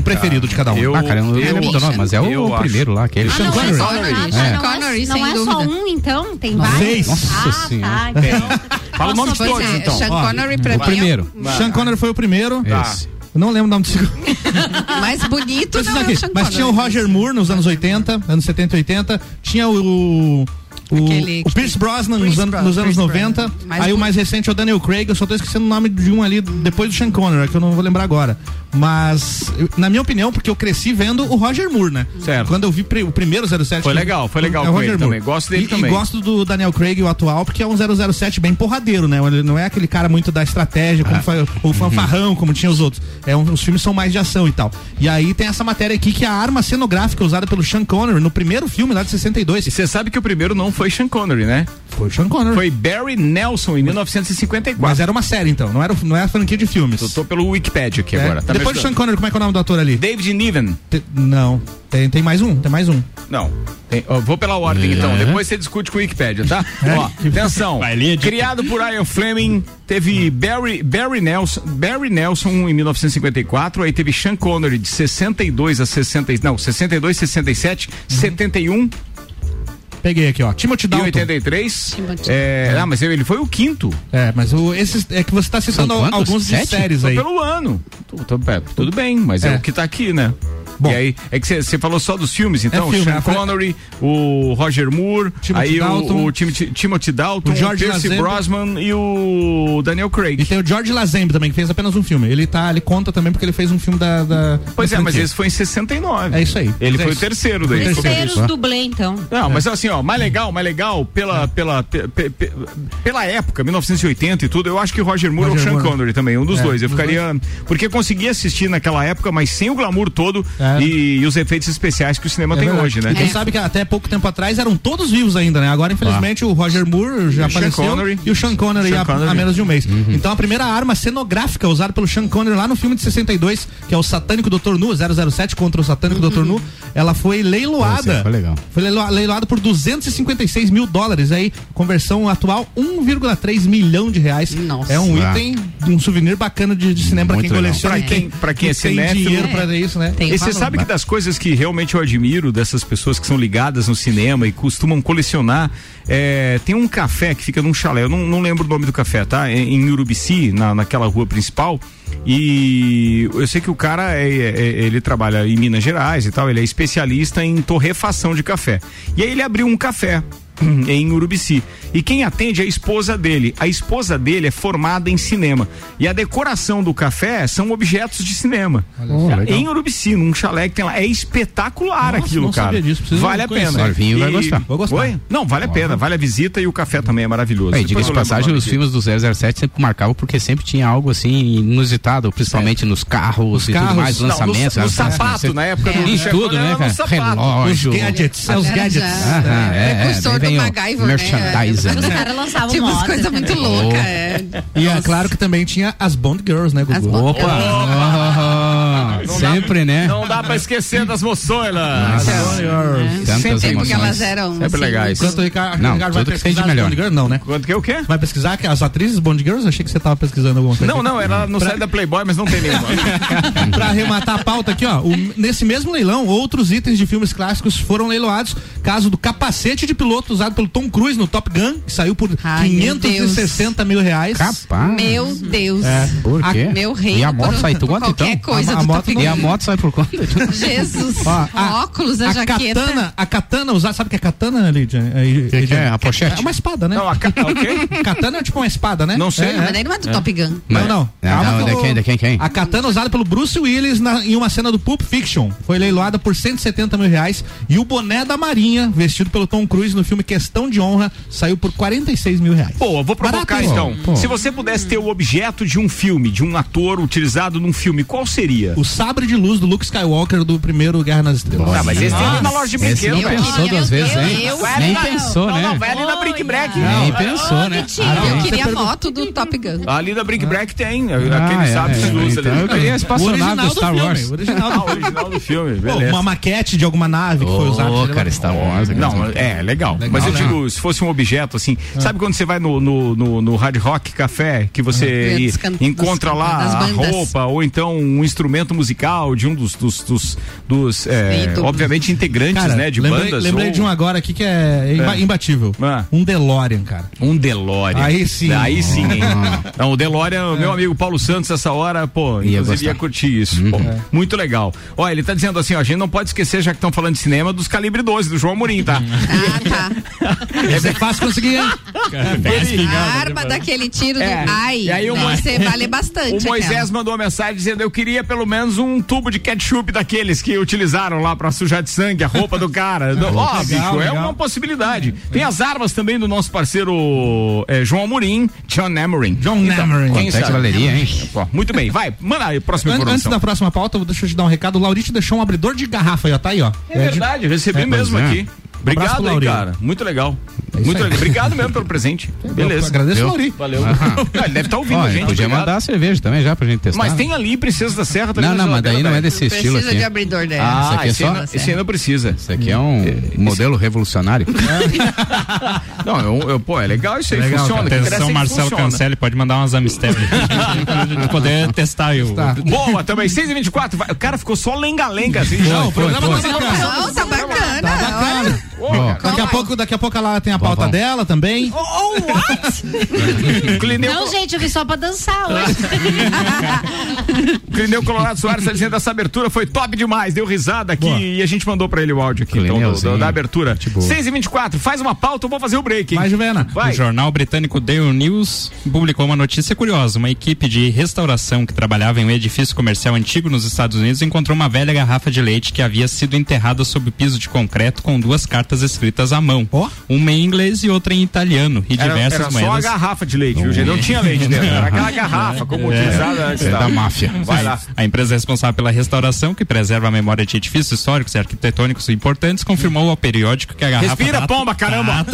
S3: o preferido de cada um.
S1: Ah, Eu-
S5: Ah, cara, eu não
S1: eu-
S5: lembro do nome, mas é
S1: eu
S5: o, o
S1: acho.
S5: primeiro lá, aquele.
S6: Ah, não,
S3: Sean
S6: é só,
S3: Connery.
S6: ah,
S5: É.
S6: já não,
S8: Connery,
S6: é, não
S8: sem
S6: é só
S8: dúvida.
S6: um, então? Tem vários?
S3: Seis.
S5: Nossa
S6: ah,
S5: Senhora.
S6: tá. Então,
S1: Fala o nome de
S8: Pois
S1: todos,
S8: é,
S1: então.
S8: Sean
S3: Ó,
S8: Connery pra mim é
S5: O primeiro.
S3: Sean Connery foi o primeiro.
S1: Tá. Então
S5: Esse.
S3: Eu Não lembro o nome do segundo.
S8: é o mais bonito,
S3: Mas,
S8: não é
S3: aqui,
S8: o Sean
S3: mas tinha o
S8: Connery.
S3: Roger Moore nos anos 80, anos 70 e 80. Tinha o. O,
S8: Aquele
S3: o Pierce Brosnan nos,
S8: Pierce
S3: anos-
S8: Brosnan,
S3: nos anos
S8: Pierce
S3: 90.
S8: Brosnan. Mas
S3: aí o
S8: o-
S3: mais recente é o Daniel Craig. Eu só tô esquecendo o nome de um ali depois do Sean Connery, que eu não vou lembrar agora. Mas, eu- na minha opinião, porque eu cresci vendo o Roger Moore, né?
S1: Certo.
S3: Quando eu vi pri- o primeiro 07.
S1: Foi
S3: que-
S1: legal, foi legal
S3: é o
S1: com
S3: Roger
S1: ele
S3: Moore.
S1: também. Gosto dele
S3: E-
S1: também.
S3: E gosto do Daniel Craig, o atual, porque é um 007 bem porradeiro, né? Ele não é aquele cara muito da estratégia,
S1: É.
S3: como foi
S1: Uhum.
S3: o fanfarrão, como tinha os outros. É um- os filmes são mais de ação e tal. E aí tem essa matéria aqui que é a arma cenográfica usada pelo Sean Connery no primeiro filme lá de 62.
S1: E você sabe que o primeiro não foi Sean Connery, né?
S3: Foi o Sean Connery.
S1: Foi Barry Nelson em 1954.
S3: Mas era uma série, então, não era, não era franquia de filmes.
S1: Eu tô pelo Wikipedia aqui
S3: É.
S1: agora. Tá me
S3: Depois do Sean
S1: ajudando.
S3: Connery, como é que é o nome do ator ali?
S1: David Niven.
S3: Te- não. Tem, tem mais um, tem mais um.
S1: Não. Tem- ó, vou pela ordem, então.
S3: Né?
S1: Depois você discute com o Wikipedia, tá? Ó, atenção.
S4: Vai ler, dica.
S1: Criado por Ian Fleming, teve Barry, Barry, Nelson, Barry Nelson em 1954, aí teve Sean Connery de 62 a 60, não, 62, 67, 71
S3: Peguei aqui, ó. Timothy
S1: e
S3: Dalton.
S1: 83. É, ah, mas ele foi o quinto.
S3: É, mas o, esses, é que você tá citando
S5: São quantos?
S3: alguns de
S5: Sete?
S3: séries
S1: Só
S3: aí.
S1: pelo ano. Tu- tu- é, tudo bem, mas é.
S3: É.
S1: o que tá aqui, né?
S3: Bom.
S1: E aí, é que você falou só dos filmes, então?
S3: filme,
S1: Sean
S3: né?
S1: Connery, o Roger Moore,
S3: Timothy
S1: aí o-
S3: Dalton.
S1: o, Timothy, Timothy Dalton,
S3: O George
S1: Percy
S3: Lazenby.
S1: Brosnan e o Daniel Craig.
S3: E tem o George Lazenby também, que fez apenas um filme. Ele tá, ele conta também porque ele fez um filme da. da-
S1: Pois
S3: da
S1: é, mas
S3: franquia.
S1: esse foi em 69.
S3: É isso aí.
S1: Ele
S3: Mas é
S1: foi o
S3: isso.
S1: terceiro daí.
S3: Terceiro.
S6: Primeiros dublê, então.
S1: Não, mas assim, ó, mais legal, mais legal, pela, pela, pe- pe- pe- pela época, 1980 e tudo, eu acho que Roger Moore
S3: Roger
S1: ou Sean
S3: Moore.
S1: Connery também, um dos
S3: É,
S1: dois. Eu
S3: dos
S1: ficaria. Porque consegui assistir naquela época, mas sem o glamour todo
S3: É.
S1: e, e os efeitos especiais que o cinema
S3: É
S1: tem
S3: verdade.
S1: hoje, né?
S3: E tu sabe que até pouco tempo atrás eram todos vivos ainda, né? Agora, infelizmente, o Roger Moore já
S1: Ah. o Sean
S3: apareceu
S1: Connery.
S3: e o Sean Connery,
S1: Sean
S3: há-
S1: Connery. Uhum.
S3: há menos de um mês. Então a primeira arma cenográfica usada pelo Sean Connery lá no filme de 62, que é o satânico Dr. Nu, 007 contra o satânico Dr.
S1: Uhum.
S3: Nu, ela foi
S5: Esse
S3: leiloada.
S5: aí foi legal.
S3: Foi leilo- leiloada por 256 mil dólares aí, conversão atual 1,3 milhão de reais.
S8: Nossa.
S3: É um
S5: Ah.
S3: item, um souvenir bacana de, de cinema pra
S5: Muito
S3: quem
S5: legal.
S3: coleciona.
S1: Pra
S3: e
S1: quem- pra quem
S3: e
S1: é
S3: tem
S1: cinéfilo.
S3: dinheiro
S8: É.
S3: pra ver isso, né?
S8: Tem
S1: E você
S8: valor.
S1: sabe que das coisas que realmente eu admiro dessas pessoas que são ligadas no cinema e costumam colecionar, é, tem um café que fica num chalé, eu não, não lembro o nome do café, tá? Em, em Urubici, na, naquela rua principal. E eu sei que o cara, é- é- ele trabalha em Minas Gerais e tal, ele é especialista em torrefação de café. E aí ele abriu um café em Urubici. E quem atende é a esposa dele. A esposa dele é formada em cinema. E a decoração do café são objetos de cinema.
S6: Oh,
S5: só, legal.
S1: em Urubici, num chalé que tem lá. É espetacular
S3: Nossa,
S1: aquilo,
S3: não
S1: cara.
S3: sabia disso, preciso
S1: vale a
S3: conhecer.
S1: pena.
S5: Marvinho vai gostar. Vou gostar.
S1: Oi? Não, vale a pena. Vale a visita e o café também é maravilhoso.
S5: Bem,
S1: Depois
S5: diga-se
S1: eu
S5: de
S1: lembro o
S5: passagem,
S1: nome
S5: os
S1: aqui.
S5: filmes do 007 sempre marcavam porque sempre tinha algo assim inusitado, principalmente nos carros e
S3: carros,
S5: tudo mais,
S1: Não, no-
S5: lançamentos.
S1: no,
S5: lançamentos,
S1: sapato,
S5: lançamentos.
S1: na época do
S5: Em
S1: Jack
S5: tudo,
S1: Warner,
S5: né,
S1: era no
S5: cara?
S1: sapato.
S5: Relógio.
S3: Os gadgets. É, os
S8: Era
S3: gadgets.
S8: já.
S4: Ah,
S5: Aham, é, é,
S8: Precursor do
S5: daí vem o
S8: MacGyver, né?
S5: Merchandiser.
S6: Os
S5: né?
S6: caras lançavam
S8: Tipo, umas
S6: moda
S8: coisas
S6: também.
S8: muito loucas. É.
S3: E é
S8: Nossa.
S3: claro que também tinha as Bond Girls, né,
S8: As
S3: Gugu?
S8: Bond-
S5: Opa! Ah,
S1: Não dá-
S5: sempre, né?
S1: Não dá pra esquecer das moções lá.
S8: né?
S5: Tantas
S8: Sempre
S1: Sempre
S8: que
S5: emoções.
S8: elas eram.
S1: Sempre
S8: assim,
S1: legais.
S3: Enquanto o Ricardo,
S5: Não,
S3: o Ricardo vai
S5: tudo que tem de
S3: pesquisar as
S5: melhor.
S3: Bond Girls, não, né?
S1: Quanto que é o quê?
S3: Vai pesquisar que as atrizes Bond Girls? Achei que você tava pesquisando alguma coisa.
S1: Não, não, era no site da Playboy, mas não tem nenhuma.
S3: Pra arrematar a pauta aqui, ó. o- nesse mesmo leilão, outros itens de filmes clássicos foram leiloados. Caso do capacete de piloto usado pelo Tom Cruise no Top Gun, que saiu por
S8: Ai, meu
S3: 560 mil reais.
S5: Capaz.
S8: Meu Deus.
S5: Por
S8: A-
S5: quê?
S8: meu reino.
S5: E a moto
S8: por-
S5: sai tu
S8: por
S5: conta,
S8: qualquer
S5: então?
S8: coisa
S3: A- a
S8: do
S3: moto
S8: Top
S5: E a
S8: Gun.
S5: moto sai por conta?
S8: Jesus.
S3: Ó, a-
S8: óculos, a,
S3: a
S8: jaqueta.
S3: katana, a katana usada, sabe o que é katana, Lídia? É,
S5: que
S3: Lídia?
S5: é? A pochete?
S3: É uma espada, né?
S1: Não, a ca- tá o quê?
S3: Katana é tipo uma espada, né?
S1: Não sei.
S3: É,
S8: Não, mas
S3: é.
S8: daí não é do Top Gun.
S3: Não, não. Calma
S5: Não,
S3: que eu
S5: de
S3: vou-
S5: quem, de quem, quem?
S3: A katana é usada pelo Bruce Willis na- em uma cena do Pulp Fiction. Foi leiloada por 170 mil reais. E o boné da Marinha, vestido pelo Tom Cruise no filme Questão de Honra, saiu por 46 mil reais.
S1: Boa, vou provocar
S3: Barato, hein?
S1: então.
S5: Pô.
S1: Se você pudesse ter o objeto de um filme, de um ator utilizado num filme, qual seria?
S3: O sabre de luz do Luke Skywalker do primeiro Guerra nas Estrelas.
S1: Ah, mas esse tem ali na loja de
S5: Esse
S1: brinquedo,
S5: não
S1: velho.
S5: pensou
S8: Olha,
S5: duas
S8: meu
S5: vezes, hein?
S8: Deus,
S5: Nem
S8: não.
S5: pensou,
S1: Não, não,
S5: né?
S1: vai ali na Brick Break.
S5: Nem pensou, né?
S6: mentira.
S5: Ah,
S8: Eu
S5: bem.
S8: queria a moto do Top Gun.
S1: Ali na Brick Break tem, né?
S5: Ah,
S1: aquele
S5: é,
S1: sabe
S5: é,
S1: se usa
S5: então eu
S1: ali.
S5: queria a espaçonave do Star
S3: filme,
S5: Wars.
S3: o original
S1: Ah,
S3: do
S1: o original do filme,
S3: Pô,
S1: beleza.
S3: uma maquete de alguma nave que foi usada.
S5: Ô, cara, Star Wars.
S1: Não, é, legal. Mas eu
S3: né?
S1: digo, se fosse um objeto, assim, sabe quando você vai no, no, no, no Hard Rock Café, que você
S8: É,
S1: e-
S8: dos can-
S1: encontra
S8: dos-
S1: lá
S8: das
S1: a
S8: bandas.
S1: roupa, ou então um instrumento musical de um dos, dos, dos, dos, é,
S8: E do-
S1: obviamente, integrantes,
S3: Cara,
S1: né, de
S3: lembrei,
S1: bandas.
S3: lembrei
S1: ou
S3: de um agora aqui que é, imba-
S1: É.
S3: imbatível.
S1: Ah.
S3: Um DeLorean, cara.
S1: Um DeLorean.
S3: Aí sim. Ah. É.
S1: Aí sim, hein? Não, o DeLorean, meu amigo Paulo Santos, essa hora, pô, inclusive
S5: gostar.
S1: ia curtir isso.
S3: Uhum.
S1: pô.
S3: É.
S1: Muito legal. Ó, ele tá dizendo assim, ó, a gente não pode esquecer, já que estão falando de cinema, dos Calibre 12, do João Amorim, tá?
S8: Ah, tá.
S3: É fácil conseguir, hein?
S8: A arma daquele tiro
S1: É.
S8: do. Ai,
S1: E aí o
S8: deve
S1: Mo-
S8: ser- vale bastante.
S1: O Moisés
S8: aquela.
S1: mandou uma mensagem dizendo: Eu queria pelo menos um tubo de ketchup daqueles que utilizaram lá pra sujar de sangue a roupa do cara. Ó,
S3: legal,
S1: bicho, é
S3: legal. Uhum.
S1: uma possibilidade. Tem as armas também do nosso parceiro eh, João Amorim, John Amorim.
S3: John
S1: Quem
S3: Amorim.
S5: Quanto é que
S1: sabe?
S5: valeria, hein?
S1: Ó, Muito bem, vai, manda aí, próxima
S3: An- Antes
S1: informação.
S3: da próxima pauta, eu- deixa eu te dar um recado. O Laurite deixou um abridor de garrafa aí, ó. Tá aí, ó.
S1: É verdade, eu recebi
S5: É,
S1: mesmo
S5: pois é.
S1: aqui.
S3: abraço pro
S1: Obrigado aí,
S3: Laurinho.
S1: cara. Muito legal.
S3: isso
S1: Muito
S3: aí.
S1: legal. Obrigado mesmo pelo presente.
S3: Eu
S1: Beleza.
S3: agradeço
S5: Viu?
S3: o Lauri.
S1: Valeu.
S5: Aham.
S1: Ah, Ele deve estar ouvindo
S5: Ó,
S1: a
S5: ele
S1: gente.
S5: podia
S1: obrigado.
S5: mandar Tá a cerveja também já pra gente testar. né?
S1: Mas tem ali, Princesa da Serra também.
S5: Não,
S1: na
S5: não, mas
S1: geladeira,
S5: daí não é
S1: velho.
S5: desse estilo
S8: Precisa
S5: aqui.
S8: de abridor né? dela.
S5: Isso
S1: Ah,
S5: aqui é
S1: esse
S5: só-
S1: ainda- esse ainda precisa.
S5: Isso aqui é um modelo revolucionário. um,
S1: Não, eu, eu- pô, é legal isso aí,
S3: Legal,
S1: funciona. que interessa é
S4: Atenção,
S1: que
S4: Marcelo
S1: funciona.
S4: Cancelli, pode mandar umas amistérias. pra poder testar aí o.
S3: Tá.
S1: Boa, também, 6 e 24 vai- O cara ficou só lenga-lenga, assim. já.
S3: Não, o programa
S5: foi,
S3: tá bacana.
S8: Não, tá bacana.
S3: Bacana.
S1: Ô,
S5: Ó,
S1: cara.
S3: Daqui a,
S8: Vai.
S3: pouco, daqui a pouco ela tem a pauta
S5: vamos.
S3: dela também.
S1: "Oh, Clineu,
S6: Não, gente, eu vim só pra dançar hoje.
S1: Clineu Colorado Soares tá dizendo essa abertura foi top demais, deu risada aqui e a gente mandou pra ele o áudio aqui, então, do- do-
S5: Clineuzinho.
S1: da abertura.
S5: boa.
S1: 6 e 24 faz uma pauta, eu vou fazer o break. hein?
S3: Vai, Juvena.
S1: Vai.
S4: O jornal britânico Daily News publicou uma notícia curiosa. Uma equipe de restauração que trabalhava em um edifício comercial antigo nos Estados Unidos encontrou uma velha garrafa de leite que havia sido enterrada sob o piso de concreto com duas cartas escritas à mão.
S3: Ó.
S4: Uma em inglês e outra em italiano. E
S1: Era,
S4: diversas
S1: era só a
S4: moedas.
S1: garrafa de leite, viu, gente? Não tinha leite dentro, era aquela garrafa, como utilizada antes.
S5: É
S1: tá?
S5: da máfia.
S1: Vai lá.
S4: A empresa responsável pela restauração, que preserva a memória de edifícios históricos e arquitetônicos importantes, confirmou ao periódico que a garrafa
S1: Respira,
S4: data
S1: pomba, caramba!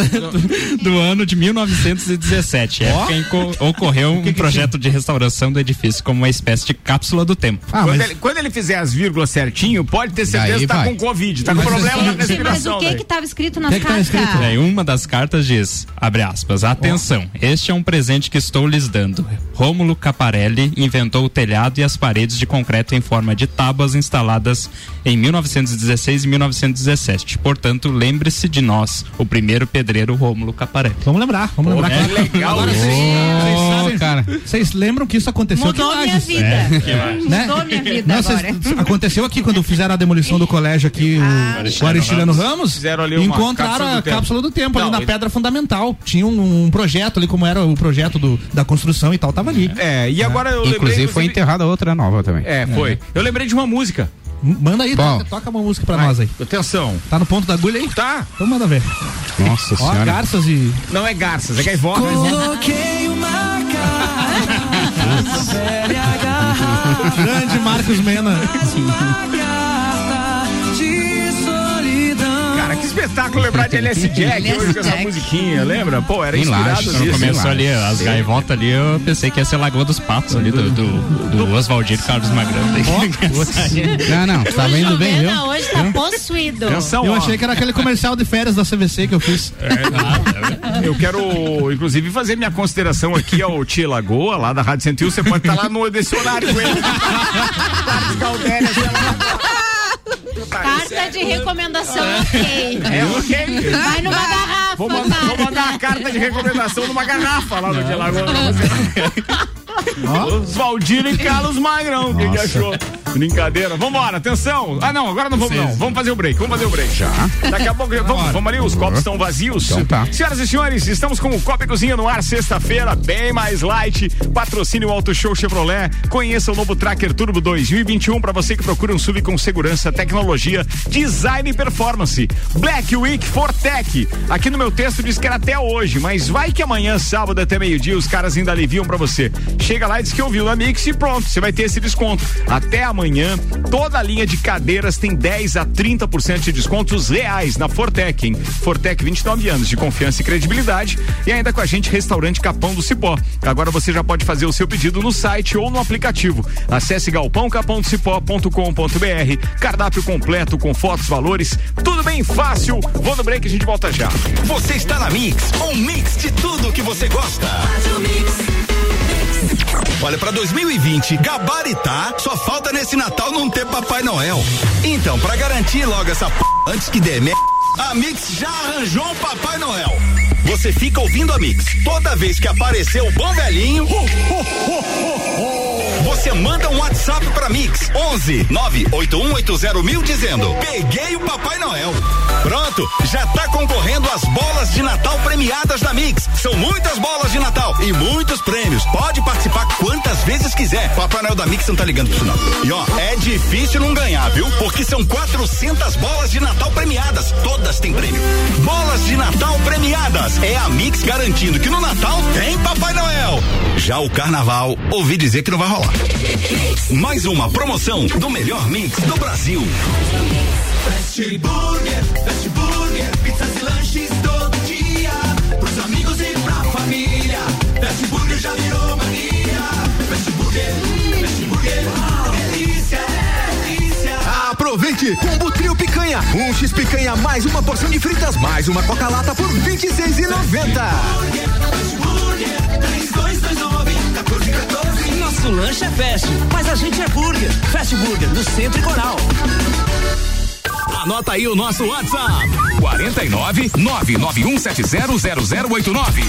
S4: do ano de 1917, época em que ocorreu um projeto de restauração do edifício como uma espécie de cápsula do tempo.
S3: Ah,
S1: quando,
S3: mas
S1: ele, quando ele fizer as vírgulas certinho, pode ter certeza
S5: Daí
S1: que tá
S5: vai.
S1: com Covid, tá com
S3: Mas
S1: problema na
S3: assim,
S6: Mas o que tá?
S1: respiração. né? velho.
S6: que tava escrito
S3: O
S6: nas
S3: é que que tava
S6: cartas?
S3: escrito?
S4: E aí É, uma das cartas diz, abre aspas, atenção, este é um presente que estou lhes dando. Rômulo Caparelli inventou o telhado e as paredes de concreto em forma de tábuas instaladas em 1916 e 1917. Portanto, lembre-se de nós, o primeiro pedreiro Rômulo Caparelli.
S3: vamos lembrar, vamos lembrar.
S1: é legal
S3: Agora
S1: isso.
S3: vocês, vocês
S5: Ô,
S3: sabem,
S5: cara.
S3: Vocês lembram que isso aconteceu
S6: Mudou
S3: aqui em
S6: minha
S3: Lages,
S6: vida.
S3: né?
S6: Mudou minha vida Ah,
S3: Não,
S6: agora.
S3: vocês- aconteceu aqui quando fizeram a demolição do colégio aqui, o o Aristiliano Ramos,
S1: Fizeram ali uma
S3: encontraram
S1: cápsula do
S3: a
S1: tempo.
S3: cápsula do tempo ali
S1: Não,
S3: na
S1: ele-
S3: pedra fundamental. Tinha um, um projeto ali, como era o projeto do- da construção e tal, tava ali.
S1: É, e agora eu lembrei.
S5: Ah, Inclusive foi enterrada outra nova também.
S1: É, foi. Eu lembrei de uma música.
S3: M- Manda aí,
S5: Bom.
S3: toca, toca uma música pra nós aí.
S1: Atenção.
S3: Tá no ponto da agulha aí?
S1: Tá?
S3: Então manda ver.
S5: Nossa
S3: Ó,
S5: senhora.
S3: garças e.
S1: Não é garças, é gaivota.
S3: Grande Marcos Mena.
S1: Cara, que espetáculo lembrar de LS Jack
S8: LS
S1: hoje com essa
S8: Jack.
S1: musiquinha, lembra? Pô, era
S5: Em
S1: inspirado
S5: Lages,
S1: nisso.
S5: quando
S4: Quando começou
S5: lá.
S4: ali as gaivotas ali, eu pensei que ia ser Lagoa dos Patos ali, do, do, do Oswaldinho Carlos Magrão. Daí-
S5: Não, não,
S3: tá
S5: tava indo bem, viu?
S6: Jovena hoje tá possuído.
S1: Atenção,
S3: Eu
S1: ó,
S3: achei que era aquele comercial de férias da CVC que eu fiz.
S1: eu quero, inclusive, fazer minha consideração aqui ao Tia Lagoa, lá da Rádio Sentiu. Você pode estar lá no desse horário com ele. Carlos Caldeira, sei lá.
S6: Carta de recomendação, ok.
S1: É, ok.
S6: Vai numa garrafa,
S1: Vou mandar,
S6: cara.
S1: vou mandar a carta de recomendação numa garrafa lá no Tia Lagoa. pra você. Oswaldino e Carlos Magrão, o que, que achou? Brincadeira. Vambora, atenção. Ah, não, agora não vamos não. Vamos fazer o break, vamos fazer o break. Já. Daqui a pouco, vamos, vamos ali, os copos estão vazios.
S5: Então tá.
S1: Senhoras e senhores, estamos com o Copa e Cozinha no ar, sexta-feira, bem mais light. Patrocínio Auto Show Chevrolet. Conheça o novo Tracker Turbo 2021 para você que procura um SUV com segurança, tecnologia, design e performance. Black Week Fortec. Aqui no meu texto diz que era até hoje, mas vai que amanhã, sábado até meio-dia, os caras ainda aliviam para você. Chega lá e diz que ouviu na Mix e pronto, você vai ter esse desconto. Até amanhã, toda a linha de cadeiras tem 10 a 30% de descontos reais na Fortec, hein? Fortec, 29 anos de confiança e credibilidade. E ainda com a gente, restaurante Capão do Cipó. Agora você já pode fazer o seu pedido no site ou no aplicativo. Acesse galpãocapondocipó.com.br. Cardápio completo com fotos, valores. Tudo bem fácil. Vou no break, a gente volta já.
S2: Você está na Mix, um mix de tudo que você gosta. Olha, para 2020, gabaritar, só falta nesse Natal não ter Papai Noel. Então, para garantir logo essa p... antes que dê merda, a Mix já arranjou um Papai Noel. Você fica ouvindo a Mix. Toda vez que aparecer o bom velhinho, hu, hu, hu, hu, hu, você manda um WhatsApp para Mix 11 98180 mil dizendo: "Peguei o Papai Noel". Pronto, já tá concorrendo às bolas de Natal premiadas da Mix. São muitas bolas de Natal e muitos prêmios. Pode participar quantas vezes quiser. Papai Noel da Mix não tá ligando pro sinal. E ó, é difícil não ganhar, viu? Porque são 400 bolas de Natal premiadas. Todas têm prêmio. Bolas de Natal premiadas. É a Mix garantindo que no Natal tem Papai Noel. Já o Carnaval, ouvi dizer que não vai rolar. Mais uma promoção do melhor mix do Brasil. Fast Burger, Fast Burger, pizzas e lanches todo dia. Pros amigos e pra família. Fast Burger já virou mania. Fast Burger, Fast Burger, delícia, delícia. Aproveite! Combo trio picanha. Um X picanha, mais uma porção de fritas, mais uma coca-lata por R$ 26,90.
S9: Nosso lanche é fast, mas a gente é burger. Fast Burger, no Centro e Coral.
S2: Anota aí o nosso WhatsApp: 49 991700089.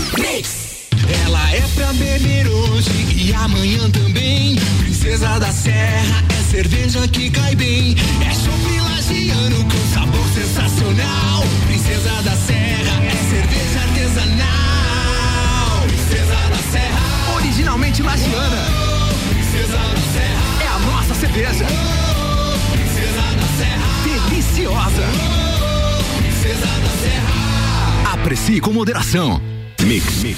S9: Ela é pra beber hoje e amanhã também. Princesa da Serra é cerveja que cai bem. É chopp lagiano com sabor sensacional. Princesa da Serra é cerveja artesanal. Princesa da Serra, originalmente lagiana. Princesa da Serra é a nossa cerveja. Princesa da Serra, deliciosa. Princesa da Serra, aprecie com moderação. Mix, mix.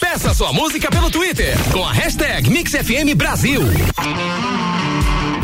S2: Peça
S9: Faça sua música pelo Twitter com a hashtag MixFM Brasil.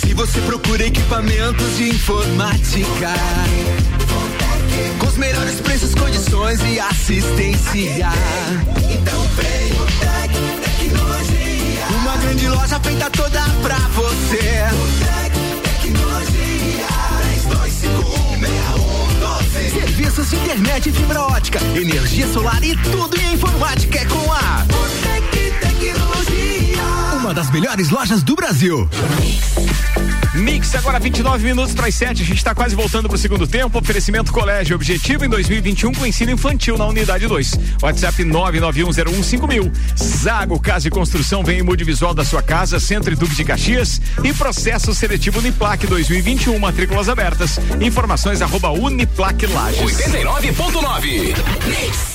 S9: Se você procura equipamentos de informática, com os melhores preços, condições e assistência, então vem o Tec Tecnologia. Uma grande loja feita toda pra você. O Tec Tecnologia. 32516112. Serviços de internet, fibra ótica, energia solar e tudo em informática é com a Tec Tecnologia.
S2: Uma das melhores lojas do Brasil.
S1: Mix, agora 29 minutos para as 7. A gente está quase voltando para o segundo tempo. Oferecimento Colégio Objetivo em 2021 com ensino infantil na unidade 2. WhatsApp 991015000. Zago Casa e Construção vem em mude visual da sua casa, Centro e Duque de Caxias. E processo seletivo Uniplac 2021, matrículas abertas. Informações arroba Uniplac Lages.
S9: 89.9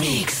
S10: Mix.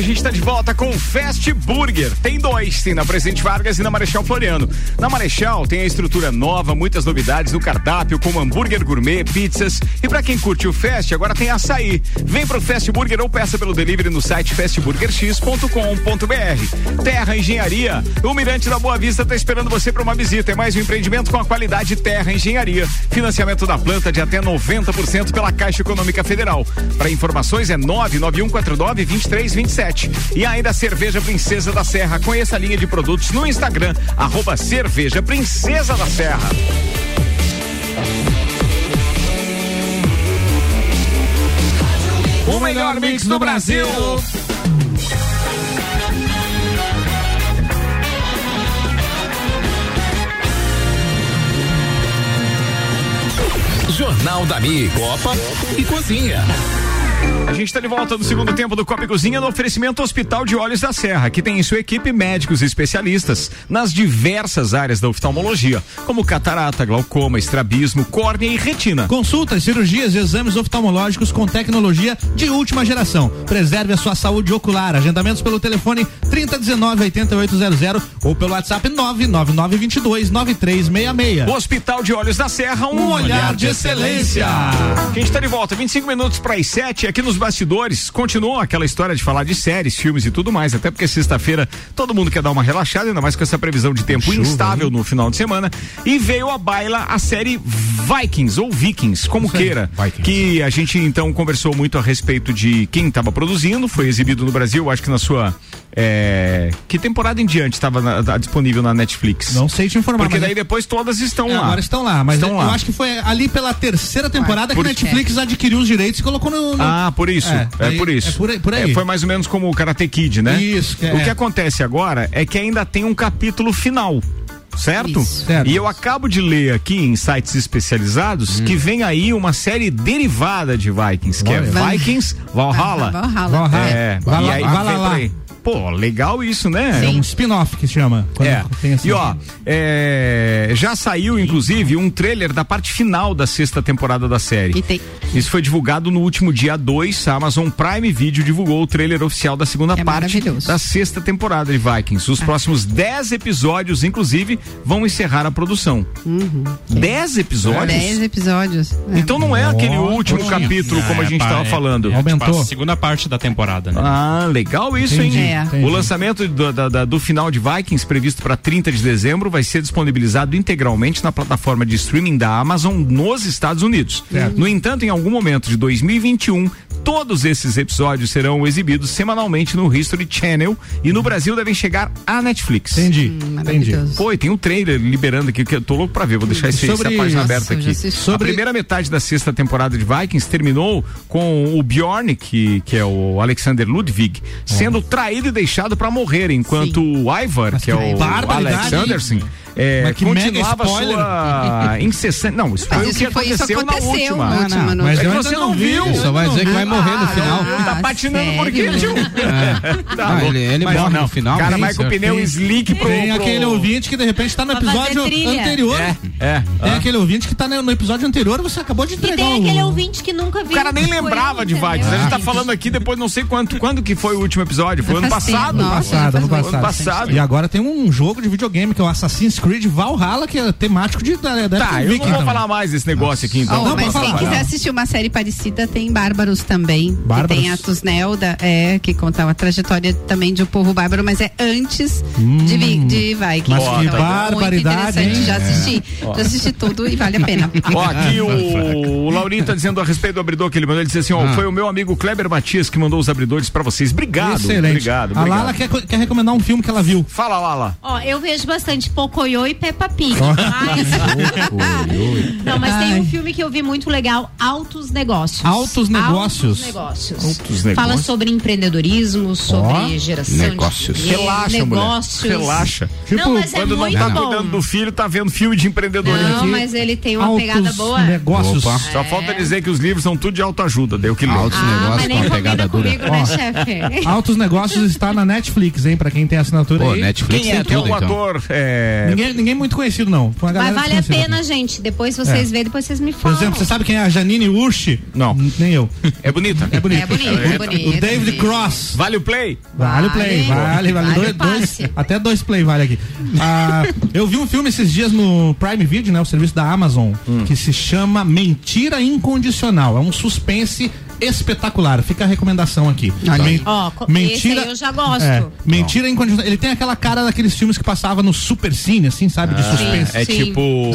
S1: a gente está de volta com o Fast Burger. Tem dois, tem na Presidente Vargas e na Marechal Floriano. Na Marechal tem a estrutura nova, muitas novidades no cardápio, como hambúrguer gourmet, pizzas. E para quem curte o Fast, agora tem açaí. Vem pro Fast Burger ou peça pelo delivery no site fastburgerx.com.br. Terra Engenharia, o Mirante da Boa Vista está esperando você para uma visita. É mais um empreendimento com a qualidade Terra Engenharia. Financiamento da planta de até 90% pela Caixa Econômica Federal. Para informações é 991492327. E ainda Cerveja Princesa da Serra. Conheça a linha de produtos no Instagram, arroba Cerveja Princesa da Serra. O melhor mix do Brasil.
S9: Jornal da Mi, Copa e Cozinha.
S1: A gente está de volta no segundo tempo do Copa e Cozinha no oferecimento Hospital de Olhos da Serra, que tem em sua equipe médicos e especialistas nas diversas áreas da oftalmologia, como catarata, glaucoma, estrabismo, córnea e retina.
S3: Consultas, cirurgias e exames oftalmológicos com tecnologia de última geração. Preserve a sua saúde ocular. Agendamentos pelo telefone 3019-8800 ou pelo WhatsApp 99922-9366.
S1: Hospital de Olhos da Serra, um,
S3: olhar, de excelência.
S1: A gente tá de volta, 25 minutos para as 7, aqui nos bastidores. Continua aquela história de falar de séries, filmes e tudo mais, até porque sexta-feira todo mundo quer dar uma relaxada, ainda mais com essa previsão de tempo instável no final de semana. E veio a baila a série Vikings ou Vikings, como queira, que a gente então conversou muito a respeito de quem estava produzindo, foi exibido no Brasil, acho que na sua é, que temporada em diante estava disponível na Netflix?
S3: Não sei te informar.
S1: Porque
S3: mas
S1: daí
S3: é-
S1: depois todas estão
S3: É,
S1: lá.
S3: Agora estão lá, mas
S1: Estão
S3: eu
S1: lá.
S3: acho que foi ali pela terceira temporada
S1: Por-
S3: que a Netflix adquiriu os direitos e colocou no. no-
S1: Ah, por isso. É,
S3: aí-
S1: por isso.
S3: É por aí. por aí.
S1: É, foi mais ou menos como o Karate Kid, né?
S3: Isso, que é-
S1: O que acontece agora é que ainda tem um capítulo final. Certo?
S3: certo. Hum.
S1: E eu acabo de ler aqui em sites especializados que vem aí uma série derivada de Vikings, que é
S8: Olha.
S1: Vikings Valhalla.
S8: Ah, Valhalla. Valhalla.
S1: É,
S3: Vala-
S1: e aí
S3: Valhalla.
S1: vem por aí. Pô, legal isso, né?
S3: É um spin-off que se chama. quando
S1: É.
S3: tem essa-
S1: E ó, é, já saiu inclusive um trailer da parte final da sexta temporada da série. Isso foi divulgado no último dia 2. A Amazon Prime Video divulgou o trailer oficial da segunda parte da sexta temporada de Vikings. Os próximos 10 episódios, inclusive, vão encerrar a produção. 10 episódios?
S8: Dez episódios.
S1: Então não é aquele último capítulo, como a gente
S4: pa-
S1: estava falando.
S4: tipo
S1: Aumentou.
S4: a segunda parte da temporada, né?
S1: Ah, legal isso,
S4: Entendi,
S1: hein?
S4: É.
S1: O lançamento do, da- da- do final de Vikings, previsto para 30 de dezembro, vai ser disponibilizado integralmente na plataforma de streaming da Amazon nos Estados Unidos.
S3: Certo.
S1: No entanto, em algum momento de 2021, todos esses episódios serão exibidos semanalmente no History Channel e no Brasil devem chegar à Netflix.
S3: Entendi. entendi.
S1: Pô, e tem um trailer liberando aqui que eu tô louco pra ver. Vou deixar esse,
S3: Sobre-
S1: essa página
S3: Nossa,
S1: aberta
S3: eu já
S1: aqui.
S3: assisti. Sobre-
S1: A primeira metade da sexta temporada de Vikings terminou com o Bjorn, que, que é o Alexander Ludwig, sendo traído e deixado pra morrer, enquanto o Ivar, que é
S3: que
S1: o
S3: barbaridade,
S1: Alexanderson,
S3: hein?
S1: é,
S3: Mas que mega
S1: continuava
S3: spoiler.
S1: sua incessante. Não, isso foi
S8: Mas
S1: o
S8: isso
S1: que
S8: foi- isso
S1: aconteceu,
S8: aconteceu
S1: na
S8: na
S5: né?
S1: última.
S8: última, não
S1: Mas
S8: foi?
S1: é que
S8: Eu
S1: você
S8: ainda
S1: não
S8: não
S1: viu.
S8: vi, só vai dizer que vai morrer no final.
S1: Tá patinando por quê,
S8: sério?
S1: tio? Tá
S5: Ah,
S1: louco.
S5: ele- ele
S1: Mas
S5: morre no
S1: não,
S5: final,
S1: O cara
S5: bem
S1: vai com o
S5: certo.
S1: pneu
S5: Tem-
S1: slick pro.
S3: Tem
S1: pro-
S3: aquele ouvinte que de repente tá no
S1: Pra fazer
S3: episódio
S1: trilha.
S3: anterior.
S1: É, é.
S3: Tem
S1: Ah.
S3: aquele ouvinte que tá no no episódio anterior, você acabou de
S6: E
S3: entregar.
S6: tem
S3: o-
S6: aquele ouvinte que nunca viu.
S1: O cara nem lembrava
S6: né?
S1: de Vikings. A gente
S3: Ah.
S1: tá falando aqui depois não sei quanto, quando que foi o último episódio? Foi ano
S8: Assim,
S3: Faz tempo,
S1: passado.
S3: Ano passado, ano passado.
S1: Ano passado.
S3: E agora tem um jogo de videogame que é o Assassin's Creed Valhalla, que é temático de, da, da
S1: Tá, eu
S3: época
S1: não
S3: viking
S1: vou
S3: também. Ah,
S1: falar mais desse negócio aqui então.
S8: Ó, mas quem quiser
S1: Não.
S8: assistir uma série parecida, tem Bárbaros também. que
S1: Bárbaros?
S8: Tem a Tusnelda, é, que contava a trajetória também de um povo bárbaro, mas é antes de, Vi-
S3: Hum.
S8: de Vikings.
S1: Mas que
S8: é Muito
S1: barbaridade, hein?
S8: interessante. Já assisti.
S3: É.
S1: Ó.
S8: Já assisti tudo e vale a pena.
S1: Ó, aqui o, o Laurinho tá dizendo a respeito do abridor que ele mandou. Ele disse assim: ó,
S3: Ah.
S1: foi o meu amigo Kleber Matias que mandou os abridores pra vocês. Obrigado.
S3: Excelente.
S1: Obrigado.
S3: A
S1: obrigado.
S3: Lala quer, quer recomendar um filme que ela viu.
S1: Fala, Lala.
S6: Ó, eu vejo bastante Pocoyo e Peppa Pig.
S3: Ó.
S6: Mas... Não, mas tem um filme que eu vi muito legal, Altos Negócios.
S3: Altos Negócios.
S6: Altos Negócios.
S1: Altos
S6: Fala
S1: Negócios.
S6: sobre empreendedorismo, sobre
S1: Ó,
S6: geração
S1: negócios.
S6: de dinheiro,
S1: Relaxa, mulher.
S6: negócios.
S1: Relaxa.
S6: não, mas é
S1: quando
S6: muito
S1: não tá
S6: bom.
S1: cuidando do filho, tá vendo filme de empreendedorismo.
S6: Não, mas ele tem uma
S1: Altos
S6: pegada boa.
S1: Negócios.
S6: Opa.
S1: Só falta dizer que os livros são tudo de autoajuda, deu que Altos
S6: Ah, mas nem combina comigo, né, chefe?
S3: Altos Negócios está na Netflix, hein? Pra quem tem assinatura
S5: né?
S3: aí.
S1: Quem é que é o
S3: então.
S1: ator? É,
S3: Ninguém, ninguém muito conhecido, não. Uma galera
S6: Mas vale a
S3: desconhecida.
S6: pena, gente. Depois vocês
S3: É.
S6: veem, depois vocês me
S3: Por
S6: falam.
S3: exemplo, você sabe quem é a Janine Urshi?
S1: Não.
S3: Nem eu.
S1: É bonita?
S3: É bonita.
S6: É bonita, é bonita.
S3: O David Cross.
S1: Vale o play?
S3: Vale o play, vale, vale.
S6: Vale
S3: dois,
S6: o passe.
S3: dois- até dois play vale aqui. Ah, eu vi um filme esses dias no Prime Video, né? O serviço da Amazon, que se chama Mentira Incondicional. É um suspense espetacular. Fica a recomendação aqui. Men-
S6: Ó, co- esse aí eu já gosto.
S3: é, mentira incondicional. Ele tem aquela cara daqueles filmes que passava no Super Cine, assim, sabe? De
S1: Ah,
S3: suspense.
S1: é tipo.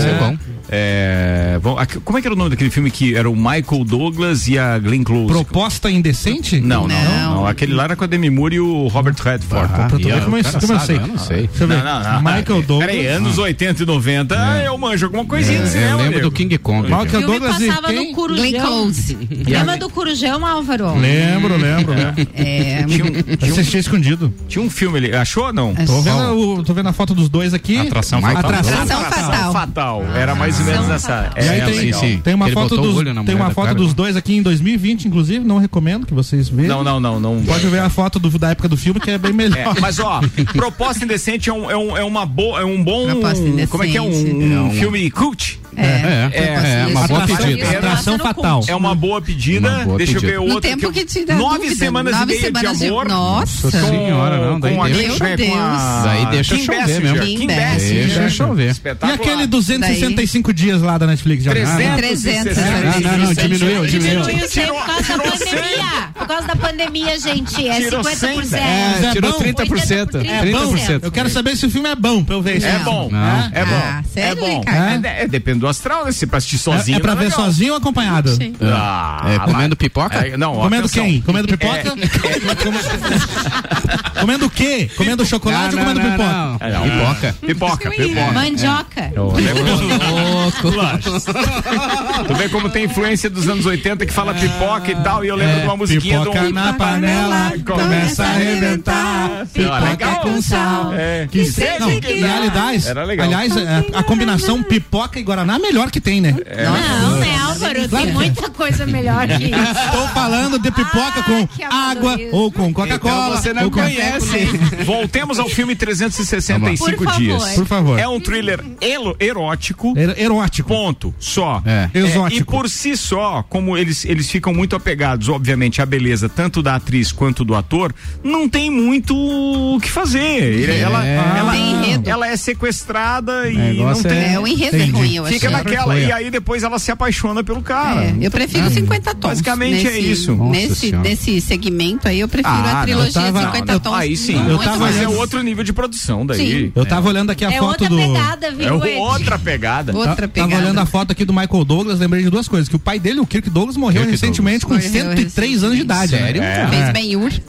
S3: É.
S1: É, bom, aqui- como é que era o nome daquele filme que era o Michael Douglas e a Glenn Close?
S3: Proposta indecente?
S1: Não, não, não, não. Aquele lá era com a Demi Moore e o Robert Redford.
S3: Ah, pra tu ver
S1: E a-
S3: como eu-
S1: o cara
S3: como eu
S1: sabe,
S3: sei.
S1: Eu não sei.
S3: Deixa eu ver. Michael Douglas. Ah. É.
S1: Peraí, anos 80 e 90, eu manjo alguma coisinha de cinema.
S5: lembro do King Kong.
S1: Michael
S5: cara.
S6: O filme
S1: Douglas e
S6: passava
S1: quem?
S6: no
S8: Glenn
S6: Corujão.
S8: Close.
S6: Lembra do Corujão, Álvaro?
S3: Lembro, lembro. né?
S8: É,
S1: Tinha um- tinha um-
S3: Assisti escondido.
S1: Tinha um filme, ele achou ou não?
S3: Tô vendo, o- tô vendo a foto dos dois aqui.
S1: Atração
S3: Michael
S1: fatal.
S3: Atração
S1: fatal. Era mais ou menos essa.
S3: E aí
S1: é,
S3: tem,
S1: legal.
S3: tem uma foto, dos, tem uma foto dos dois aqui em 2020, inclusive, não recomendo que vocês vejam.
S1: Não, não, não, não.
S3: Pode ver a foto do- da época do filme, que é bem melhor.
S1: É, mas ó, Proposta Indecente é um, é um, é uma boa, é um bom. Como é que é um, um filme cult?
S8: É,
S5: é, é uma boa Atração- pedida.
S3: atração fatal.
S1: É uma boa pedida.
S5: Uma boa
S1: Deixa
S5: pedida.
S1: eu ver
S8: No
S1: outra.
S8: tempo que te dá
S1: Nove
S8: dúvida,
S1: semanas
S8: nove
S1: e meia
S8: semanas
S1: de
S8: de-
S1: amor.
S8: Nossa.
S1: Com-
S5: Senhora, não, daí
S1: com a
S5: deixa-
S1: Kim-
S8: Meu
S1: com a-
S8: Deus.
S5: Daí deixa
S1: Kim
S5: chover
S1: Basinger.
S5: mesmo.
S1: Kim
S5: Kim
S1: Basinger.
S5: Basinger. Deixa chover.
S3: E
S1: Espetacular.
S3: aquele 265 dias lá da Netflix já?
S1: 300.
S3: Não, não, não, diminuiu, diminuiu.
S6: Diminuiu isso aí por causa da pandemia. Por causa da pandemia, gente. É
S1: Tirou
S6: 50%.
S3: É,
S5: É, tirou
S3: bom.
S5: 30%.
S3: É bom?
S5: 30%.
S3: Eu quero saber se o filme é bom pra eu ver.
S1: É bom,
S5: Não.
S1: é bom,
S8: Ah,
S1: é
S8: sério,
S1: bom.
S8: Ricardo?
S1: É, é, depende do do astral, né? Se pra assistir sozinho.
S3: é pra
S1: não
S3: ver
S1: legal.
S3: sozinho ou acompanhado?
S1: Sim. Ah, É, comendo
S5: pipoca?
S1: não,
S3: Comendo
S1: atenção. É.
S3: quem? Comendo pipoca? comendo o quê? Comendo chocolate ou comendo pipoca?
S1: É, não.
S5: Pipoca.
S1: Pipoca, pipoca.
S6: Mandioca.
S1: É. Ô, Tu vê como tem influência dos anos 80 que fala pipoca e tal, e eu lembro
S3: É,
S1: de uma musiquinha
S3: pipoca
S1: do
S3: na panela, começa a arrebentar.
S1: Pipoca
S3: Pipoca com sal.
S1: É.
S3: Que seja não,
S1: que-
S3: aliás,
S1: Era legal.
S3: aliás, é, a, a combinação pipoca e guaraná é a melhor que tem, né?
S1: É.
S11: Não, né, Álvaro? Tem muita coisa melhor que isso.
S3: Estou falando de pipoca com
S12: é
S3: água ou com Coca-Cola.
S1: Então você não
S3: ou com-
S1: conhece. Voltemos ao filme 365
S3: Por favor.
S1: dias.
S3: Por favor.
S1: É um thriller elo- erótico.
S3: erótico.
S1: Ponto. Só.
S3: É.
S1: É,
S3: Exótico.
S1: e por si só, como eles, eles ficam muito apegados, obviamente, à beleza tanto da atriz quanto do ator, não tem muito o que fazer. Ele-
S2: É.
S1: Ela, ela,
S2: Tem enredo.
S1: ela é sequestrada e não
S2: negócio
S1: tem.
S2: é- É, o enredo é Entendi. ruim, eu
S1: Fica
S2: achei.
S1: naquela.
S2: Vergonha.
S1: E aí depois ela se apaixona pelo cara.
S8: É, eu
S3: Ah.
S8: prefiro 50 tons.
S1: Basicamente é isso.
S8: Nesse, nesse segmento aí, eu
S9: Ah,
S8: prefiro
S3: Ah,
S8: a trilogia 50 tons.
S1: Aí sim,
S8: muito
S1: eu tava,
S8: mais.
S1: mas é outro nível de produção daí.
S8: Sim.
S3: Eu tava olhando aqui a
S8: É
S3: foto
S8: outra
S3: do.
S8: pegada, viu,
S1: É
S8: Ed?
S1: outra pegada.
S3: Tá- Tava olhando a foto aqui do Michael Douglas, lembrei de duas coisas: que o pai dele, o Kirk Douglas, morreu
S1: Kirk
S3: recentemente
S8: Douglas.
S3: com
S8: Morreu
S3: 103 anos de idade.
S8: Sério?
S3: Né?
S8: Fez
S3: É.
S8: bem-ur.
S3: Fez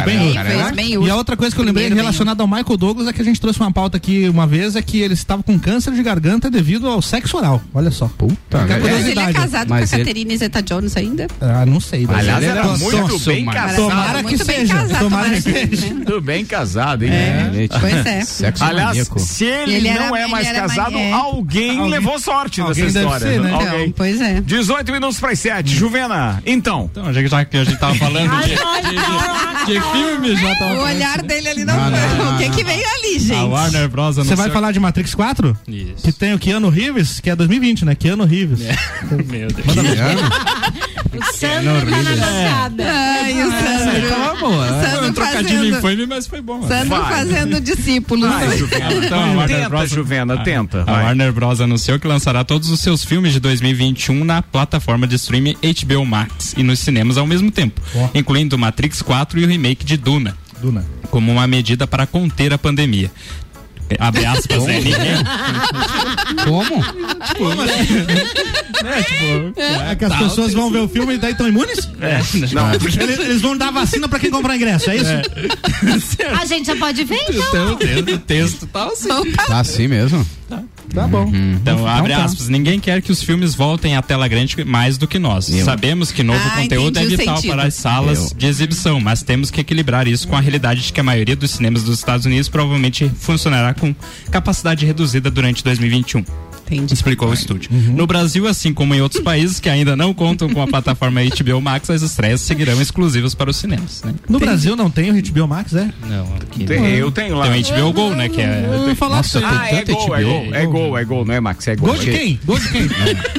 S8: Ah,
S3: bem,
S5: é
S8: fez
S3: fez
S8: bem
S3: E a outra coisa que eu lembrei
S8: Primeiro
S3: relacionada ao Michael Douglas é que a gente trouxe uma pauta aqui uma vez, é que ele estava com câncer de garganta devido ao sexo oral. Olha só. Puta,
S8: Mas ele é casado
S3: Mas
S8: com a
S3: ele-
S8: Caterina Zeta Jones ainda?
S3: Ah, não sei. mas
S1: Aliás,
S3: ele
S1: era
S3: era
S1: muito
S3: sócio,
S1: bem
S3: mano.
S1: casado.
S3: Tomara que
S1: Muito bem
S3: seja.
S1: casado,
S3: tomara que
S1: tomara
S3: seja.
S1: Muito bem casado, hein?
S8: Pois é. Sexo
S1: Aliás,
S8: maníaco.
S1: se ele,
S8: Ele era-
S1: não é
S8: ele
S1: mais
S8: era
S1: casado,
S8: mané.
S1: alguém,
S8: Alguém-
S1: levou sorte
S4: alguém
S1: nessa
S4: deve
S1: história.
S4: ser, né?
S1: Alguém.
S4: Então,
S8: pois é.
S1: 18 minutos para as 7. Juvena, então.
S4: Então, já que já que a gente tava falando de, de, de filme, já tava
S8: O
S4: falando-
S8: olhar dele ali não,
S4: Não, não, não,
S8: O que
S4: não.
S8: que veio ali, gente?
S4: A Warner Bros.
S3: Você vai falar de Matrix 4?
S4: Isso.
S3: Que tem o Keanu Reeves, que é 2020, né? Keanu Reeves.
S4: Meu Deus.
S3: Manda
S4: Que
S3: pra-
S4: ano?
S11: O Sandro tá na
S3: horrível.
S11: bancada.
S8: Ai, o
S4: Essa aí
S8: Sandro.
S4: tava boa.
S8: Sandro
S4: Foi um trocadilho
S8: fazendo-
S4: infame, mas foi bom. assim.
S8: Sandro
S4: Vai.
S8: Tá fazendo discípulos. né?
S4: Vai, Juvena. Então, a Warner
S1: Tenta,
S4: Bros.
S1: Juvena, tenta,
S4: A Warner Bros. anunciou que lançará todos os seus filmes de 2021 na plataforma de streaming HBO Max e nos cinemas ao mesmo tempo, incluindo Matrix 4 e o remake de Duna,
S3: Duna.
S4: como uma medida para conter a pandemia. É, Abre aspas, né? Ninguém-
S5: Como?
S3: É que as
S4: tá,
S3: pessoas vão ver o filme e daí estão imunes?
S4: É,
S1: não.
S3: Eles, eles vão dar vacina pra quem comprar ingresso, é isso?
S6: A gente já pode ver,
S4: Então,
S6: então.
S4: o texto tá assim.
S5: Tá assim mesmo?
S3: Tá bom.
S4: Então,
S5: Então
S4: abre
S5: tá.
S4: aspas. Ninguém quer que os filmes voltem à tela grande mais do que nós. Sabemos que novo
S5: Ah,
S4: conteúdo é
S5: entendi o
S4: vital
S5: sentido.
S4: para as salas de exibição, mas temos que equilibrar isso com a realidade de que a maioria dos cinemas dos Estados Unidos provavelmente funcionará com capacidade reduzida durante 2021. Explicou o estúdio. No Brasil, assim como em outros países que ainda não contam com a plataforma HBO Max, as estreias seguirão exclusivas para os cinemas. Né?
S3: No Brasil não tem o HBO Max, é?
S4: Não, aqui
S1: Tem-
S4: não.
S1: eu tenho lá.
S4: Tem o HBO Go, né? Que é.
S3: Eu ia falar
S1: Nossa,
S3: que
S1: ah,
S3: tem
S1: é
S3: tanta
S1: gol, é gol, é gol, é gol, não é, Max? É gol.
S3: Gol de quem? Gol de quem?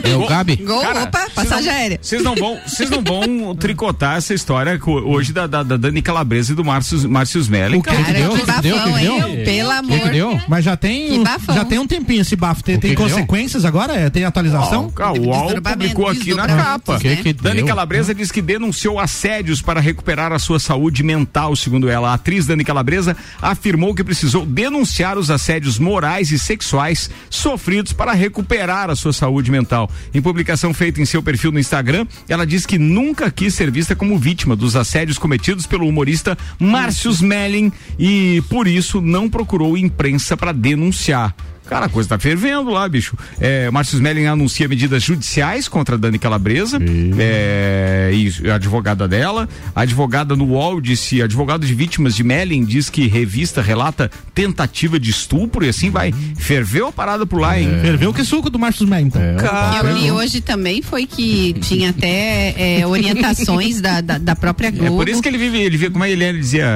S5: É o Gabi?
S8: Gol, opa, passagem aérea.
S1: Vocês não vão, vocês não vão tricotar essa história co- hoje da, da, da Dani Calabresa e do Márcio Márcio Smelling.
S3: O que que deu? O que que deu? O que que deu?
S8: hein? Pelo
S3: O que que
S8: amor.
S3: deu? Mas já tem,
S8: né? Que
S3: um-
S8: bafão.
S3: já tem um tempinho esse bafo. Tem, tem
S1: que que deu?
S3: consequências agora? É, Tem atualização?
S1: Ah, o UOL publicou aqui na capa. Né?
S3: O que que
S1: Dani
S3: deu?
S1: Calabresa diz que denunciou assédios para recuperar a sua saúde mental, segundo ela. A atriz Dani Calabresa afirmou que precisou denunciar os assédios morais e sexuais sofridos para recuperar a sua saúde mental. Em publicação feita em seu perfil no Instagram, ela diz que nunca quis ser vista como vítima dos assédios cometidos pelo humorista Márcio Smelling e, por isso, não procurou imprensa para denunciar. Cara, a coisa tá fervendo lá, bicho. É, Márcio Smelling anuncia medidas judiciais contra a Dani Calabresa é, e a advogada dela. A advogada no UOL disse, advogado de vítimas de Melling diz que revista relata tentativa de estupro e assim vai. Ferveu a parada por lá, hein?
S3: É. Ferveu que suco do Márcio Smelling, então.
S1: É.
S8: O que eu li hoje também foi que tinha até é, orientações da, da, da própria Globo.
S1: É por isso que ele vive, ele vive como é, ele, ele dizia,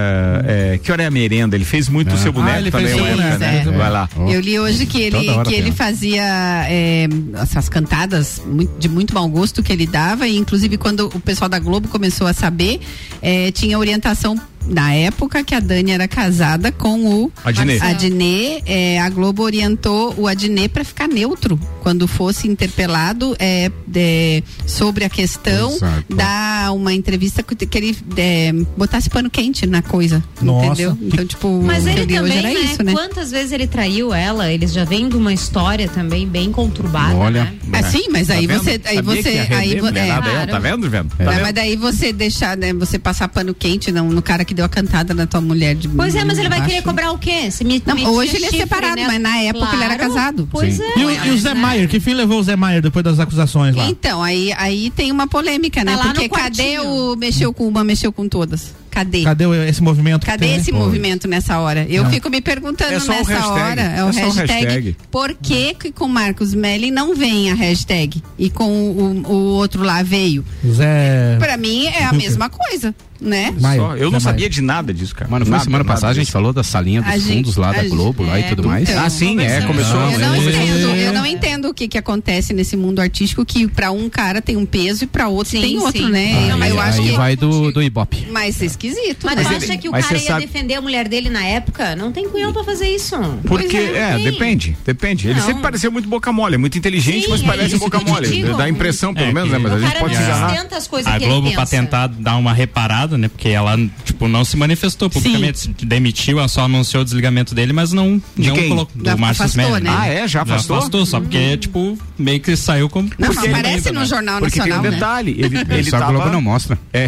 S1: é, que hora é a merenda? Ele fez muito o
S8: Ah,
S1: seu boneco
S3: ele fez
S1: também,
S3: o
S1: uma época,
S3: boneco,
S1: né?
S3: é.
S1: Vai lá.
S8: Eu li hoje que ele,
S1: Toda hora
S8: que
S1: tem
S8: ele
S5: um
S1: uma.
S8: fazia é, essas cantadas mui- de muito mau gosto que ele dava, e inclusive quando o pessoal da Globo começou a saber, é, eh, tinha orientação na época que a Dani era casada com o
S1: Adnet.
S8: Adnet, é, a Globo orientou o Adnet para ficar neutro quando fosse interpelado é, de- sobre a questão,
S12: Exato.
S8: dar uma entrevista que que ele é, botasse pano quente na coisa,
S12: Nossa,
S8: entendeu?
S12: que-
S8: Então, tipo,
S12: Mas
S8: a
S12: ele
S8: teoria
S12: também,
S8: hoje era
S12: né?
S8: isso, né?
S12: Quantas vezes ele traiu ela? Eles já vêm de uma história também bem conturbada. né?
S1: Olha.
S8: É, sim, mas aí você- aí você- aí vo- é.
S1: Tá
S8: Claro.
S1: vendo, vendo? Tá
S8: Não,
S1: vendo?
S8: mas daí você deixar, né, você passar pano quente não, no cara que deu a cantada na tua mulher. De,
S12: Pois é, mas ele vai
S8: embaixo.
S12: querer cobrar o quê? Se me,
S8: Não,
S12: me
S8: hoje
S12: tira
S8: ele é
S12: chifre,
S8: separado,
S12: né?
S8: mas na época ele era
S12: Claro.
S8: casado.
S12: Pois
S3: Sim.
S12: é.
S3: E, o, e o Zé
S8: né?
S3: Maier, que fim levou o Zé Maier depois das acusações lá?
S8: Então, aí, aí tem uma polêmica, né?
S12: Tá lá no
S8: Porque cadê
S12: quartinho.
S8: o mexeu com uma, mexeu com todas? Cadê?
S3: Cadê o- esse movimento? que
S8: Cadê
S3: tem?
S8: esse movimento nessa hora? Eu
S3: É.
S8: fico me perguntando
S3: É só um
S8: nessa
S3: hashtag.
S8: hora. É, o
S3: É só um
S8: hashtag,
S3: hashtag.
S8: Por que, que com Marcos Melli não vem a hashtag? E com o, o outro lá veio?
S3: Zé.
S8: Pra mim é a
S3: Zucker.
S8: mesma coisa, né?
S3: É,
S1: Só- eu não sabia de nada disso, cara.
S5: Mano, foi
S1: Nada,
S5: semana
S1: nada
S5: passada, a gente
S1: disso.
S5: falou da salinha dos
S8: A gente-
S5: fundos lá
S8: a
S5: da
S8: gente-
S5: Globo lá e tudo mais.
S1: então, Ah, sim, é, começou-
S8: Eu não
S1: começou-
S8: entendo, eu
S1: É.
S8: não entendo o que que acontece nesse mundo artístico que pra um cara tem um peso e pra outro tem outro, né?
S5: Aí,
S8: eu acho
S5: aí
S8: que
S5: vai do, do Ibope.
S8: Mas é esquisito.
S12: Mas,
S8: né?
S12: tu acha que o
S5: mas
S12: cara
S5: você
S12: ia
S5: sabe-
S12: defender a mulher dele na época? Não tem cunhão pra fazer isso.
S1: Porque,
S12: Pois
S1: é,
S12: não tem.
S1: depende, depende. Ele
S12: Não.
S1: sempre pareceu muito boca mole, é muito inteligente,
S12: Sim,
S1: mas
S12: é
S1: parece
S12: isso
S1: boca
S12: que eu te
S1: mole.
S12: digo.
S1: Dá a impressão, pelo
S4: É,
S1: menos,
S4: que-
S1: né? Mas a
S12: O
S1: gente
S12: cara
S1: pode se
S12: não
S1: enganar.
S12: sustenta as coisas
S4: a
S12: que
S4: Globo
S12: ele
S4: pra
S12: pensa.
S4: tentar dar uma reparada, né? Porque ela, tipo, não se manifestou publicamente, se demitiu, ela só anunciou o desligamento dele, mas não,
S1: De
S4: não
S1: quem?
S4: colocou
S1: Já
S4: do Márcio
S1: afastou,
S4: Smelly.
S1: né? Ah, é? Já afastou?
S4: afastou, só porque, tipo, meio que saiu como.
S8: Não,
S4: Porque
S8: mas
S4: ele
S8: aparece
S4: lembra,
S8: no
S4: né?
S8: Jornal
S1: Porque tem um
S8: Nacional, né?
S1: detalhe, ele, ele
S5: Isso a
S1: tava-
S5: Globo não mostra.
S1: É.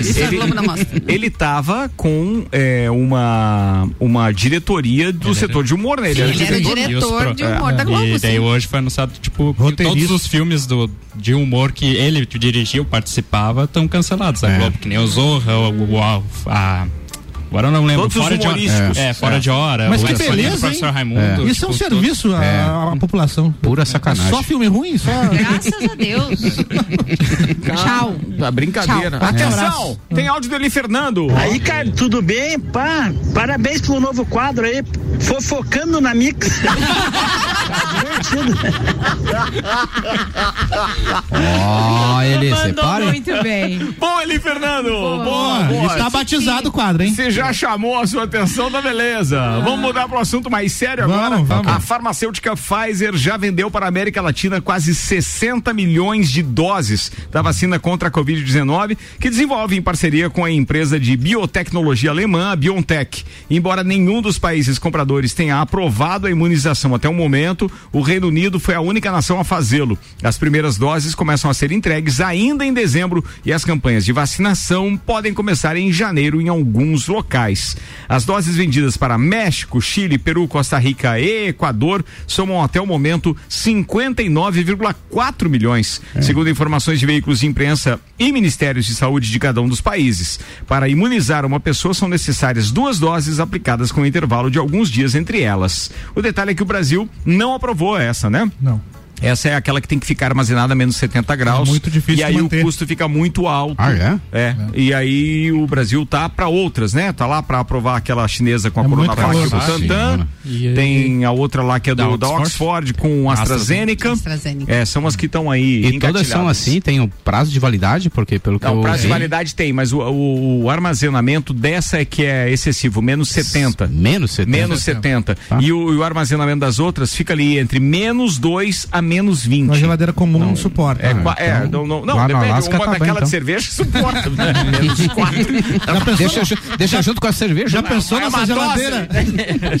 S8: Isso a Globo não mostra.
S1: Ele tava com é, uma, uma diretoria do setor de humor, né?
S8: Sim, ele era diretor
S4: E os
S8: de humor da
S4: é.
S8: Globo,
S4: E daí
S8: sim.
S4: hoje foi anunciado, tipo, que todos os filmes do, de humor que ele dirigiu, participava, estão cancelados.
S3: É.
S4: A Globo, que nem o Zorra, o, o, o- a. Agora eu não lembro.
S1: Todos os
S4: fora de
S1: humorísticos.
S4: hora. É, fora
S1: É.
S4: de hora.
S3: Mas
S4: o
S3: que
S4: Sonia do
S3: beleza, hein?
S4: Professor Raimundo.
S3: Isso
S4: tipo,
S3: é um serviço à, à população.
S5: Pura sacanagem.
S3: Só filme ruim? Só...
S12: Graças a Deus.
S1: Tchau. Tá brincadeira.
S3: Tchau.
S1: Atenção, tem áudio do Eli Fernando.
S13: Aí, cara, tudo bem? Pá, parabéns pelo um novo quadro aí, fofocando na Mix.
S5: Ó, ele separa.
S1: Separe.
S5: hein?
S1: bem. Bom, Eli Fernando. Boa, boa.
S3: Está Tá batizado o quadro, hein?
S1: Você já chamou a sua atenção, tá beleza. Vamos mudar pro assunto mais sério agora. A farmacêutica Pfizer já vendeu para a América Latina quase 60 milhões de doses da vacina contra a Covid-19, que desenvolve em parceria com a empresa de biotecnologia alemã, a BioNTech. Embora nenhum dos países compradores tenha aprovado a imunização até o momento, o Reino Unido foi a única nação a fazê-lo. As primeiras doses começam a ser entregues ainda em dezembro e as campanhas de vacinação podem começar em janeiro em alguns locais. As doses vendidas para México, Chile, Peru, Costa Rica e Equador somam até o momento 59,4 milhões, segundo informações de veículos de imprensa e ministérios de saúde de cada um dos países. Para imunizar uma pessoa são necessárias duas doses aplicadas com intervalo de alguns dias entre elas. O detalhe é que o Brasil não aprovou essa, né?
S3: Não.
S1: Essa é aquela que tem que ficar armazenada a menos
S5: É
S1: 70 graus.
S3: muito difícil
S1: E aí
S3: de
S1: o
S3: manter.
S1: custo fica muito alto.
S5: Ah, é?
S1: É. E aí o Brasil tá para outras, né? Tá lá para aprovar aquela chinesa com a
S5: É muito
S1: Coronavac e o
S5: calor. Ah, sim,
S1: Butantan.
S5: mano. E aí-
S1: Tem a outra lá que é
S5: Da
S1: do, da Oxford,
S5: Oxford? Ah,
S1: com AstraZeneca.
S5: AstraZeneca.
S1: É, são as que estão aí
S5: E todas são
S1: engatilhadas.
S5: assim, tem o prazo de validade, porque pelo que
S1: Não,
S5: eu
S1: prazo de
S5: vi-
S1: validade tem, mas o, o- o armazenamento dessa é que é excessivo, menos 70.
S5: Menos Tá. 70?
S1: Menos 70. E, o, e o armazenamento das outras fica ali entre menos 2 a menos 20.
S3: Uma geladeira comum não, suporta.
S1: É, qua- é, não, não, não
S5: Ah, então, lá no
S1: depende,
S5: Alasca
S1: uma
S5: tá bem,
S1: daquela de
S5: então.
S1: cerveja suporta, né? menos 4.
S5: Deixa, ju- deixa junto com a cerveja. né?
S3: Já pensou
S1: é
S3: nessa
S1: uma dose.
S3: geladeira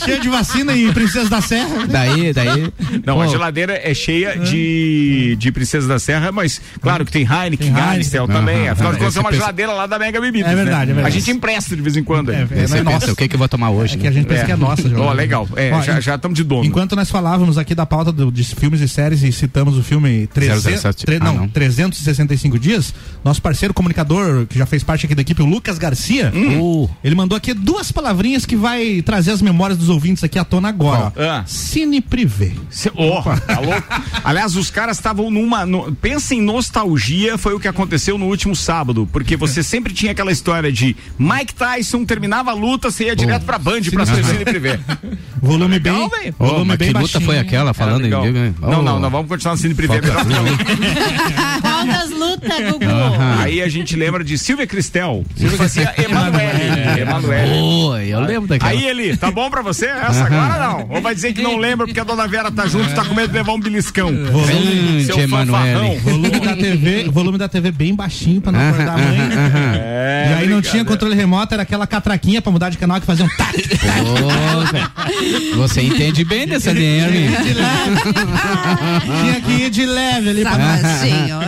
S3: cheia de vacina e princesa da serra?
S5: Daí, daí.
S1: Não,
S5: Pô,
S1: a geladeira é cheia de, de Princesa da Serra, mas claro que tem Heineken,
S3: Tem
S1: Amstel
S5: Heineken.
S1: também.
S5: Aham,
S1: Afinal de
S5: é,
S1: contas, é
S5: esse
S1: uma
S5: pensa-
S1: geladeira lá da Mega Bebidas.
S3: É verdade,
S1: né?
S3: é verdade.
S1: A gente empresta de vez em
S3: É,
S1: quando. aí.
S5: Você pensa, o que, que eu vou tomar hoje?
S3: né? Que a gente pensa
S1: É.
S3: que é nossa, João.
S1: Ó, legal. É,
S3: Ó,
S1: já
S3: en-
S1: estamos de dono.
S3: Enquanto nós falávamos aqui da pauta do- de filmes e séries e citamos o filme 300,
S5: 007.
S3: tre-
S5: Ah,
S3: não,
S5: não.
S3: 365 dias, nosso parceiro comunicador, que já fez parte aqui da equipe, o Lucas Garcia,
S1: Uh.
S5: Hum.
S3: ele mandou aqui duas palavrinhas que vai trazer as memórias dos ouvintes aqui à tona agora.
S5: É
S3: ó.
S1: Ah.
S3: Cine Privé.
S1: Cê- ó, tá louco? Aliás, os caras estavam numa. No, pensa em nostalgia, foi o que aconteceu no último sábado. Porque
S5: É.
S1: você sempre tinha aquela história de Mike Tyson terminava a luta, você ia direto pra Band pra assistir e privê.
S3: Volume
S1: Legal,
S3: bem.
S1: velho.
S5: Ô,
S3: é volume
S5: mas
S3: bem
S5: que luta
S3: baixinho.
S5: foi aquela falando em.
S1: Ah,
S5: né?
S1: Legal.
S5: Ô,
S1: Não, não, não, vamos continuar no Cine Privé.
S5: Falta né?
S1: melhor
S5: tudo,
S1: falar.
S5: hein?
S12: Qual das
S11: luta, Gugu.
S1: Aham. Aí a gente lembra de Silvia Cristel. Silvia fazia assim, "É, Emanuele. Emanuele.
S5: É, Oi, eu lembro daquela.
S1: Aí ele, tá bom pra você? Essa
S5: Aham.
S1: agora não. Ou vai dizer que não lembra porque a dona Vera tá junto e tá com medo de levar um beliscão.
S5: Grande
S1: Seu fanfarrão.
S5: Emanuele.
S3: Volume da TV, volume da TV bem baixinho pra não acordar a mãe.
S1: É,
S3: e aí não
S1: obrigado.
S3: tinha controle remoto, era aquela catraquinha pra mudar de canal que fazia um tac.
S5: Você entende bem dessa DM.
S3: Tinha que ir de leve ali
S1: Safadinho.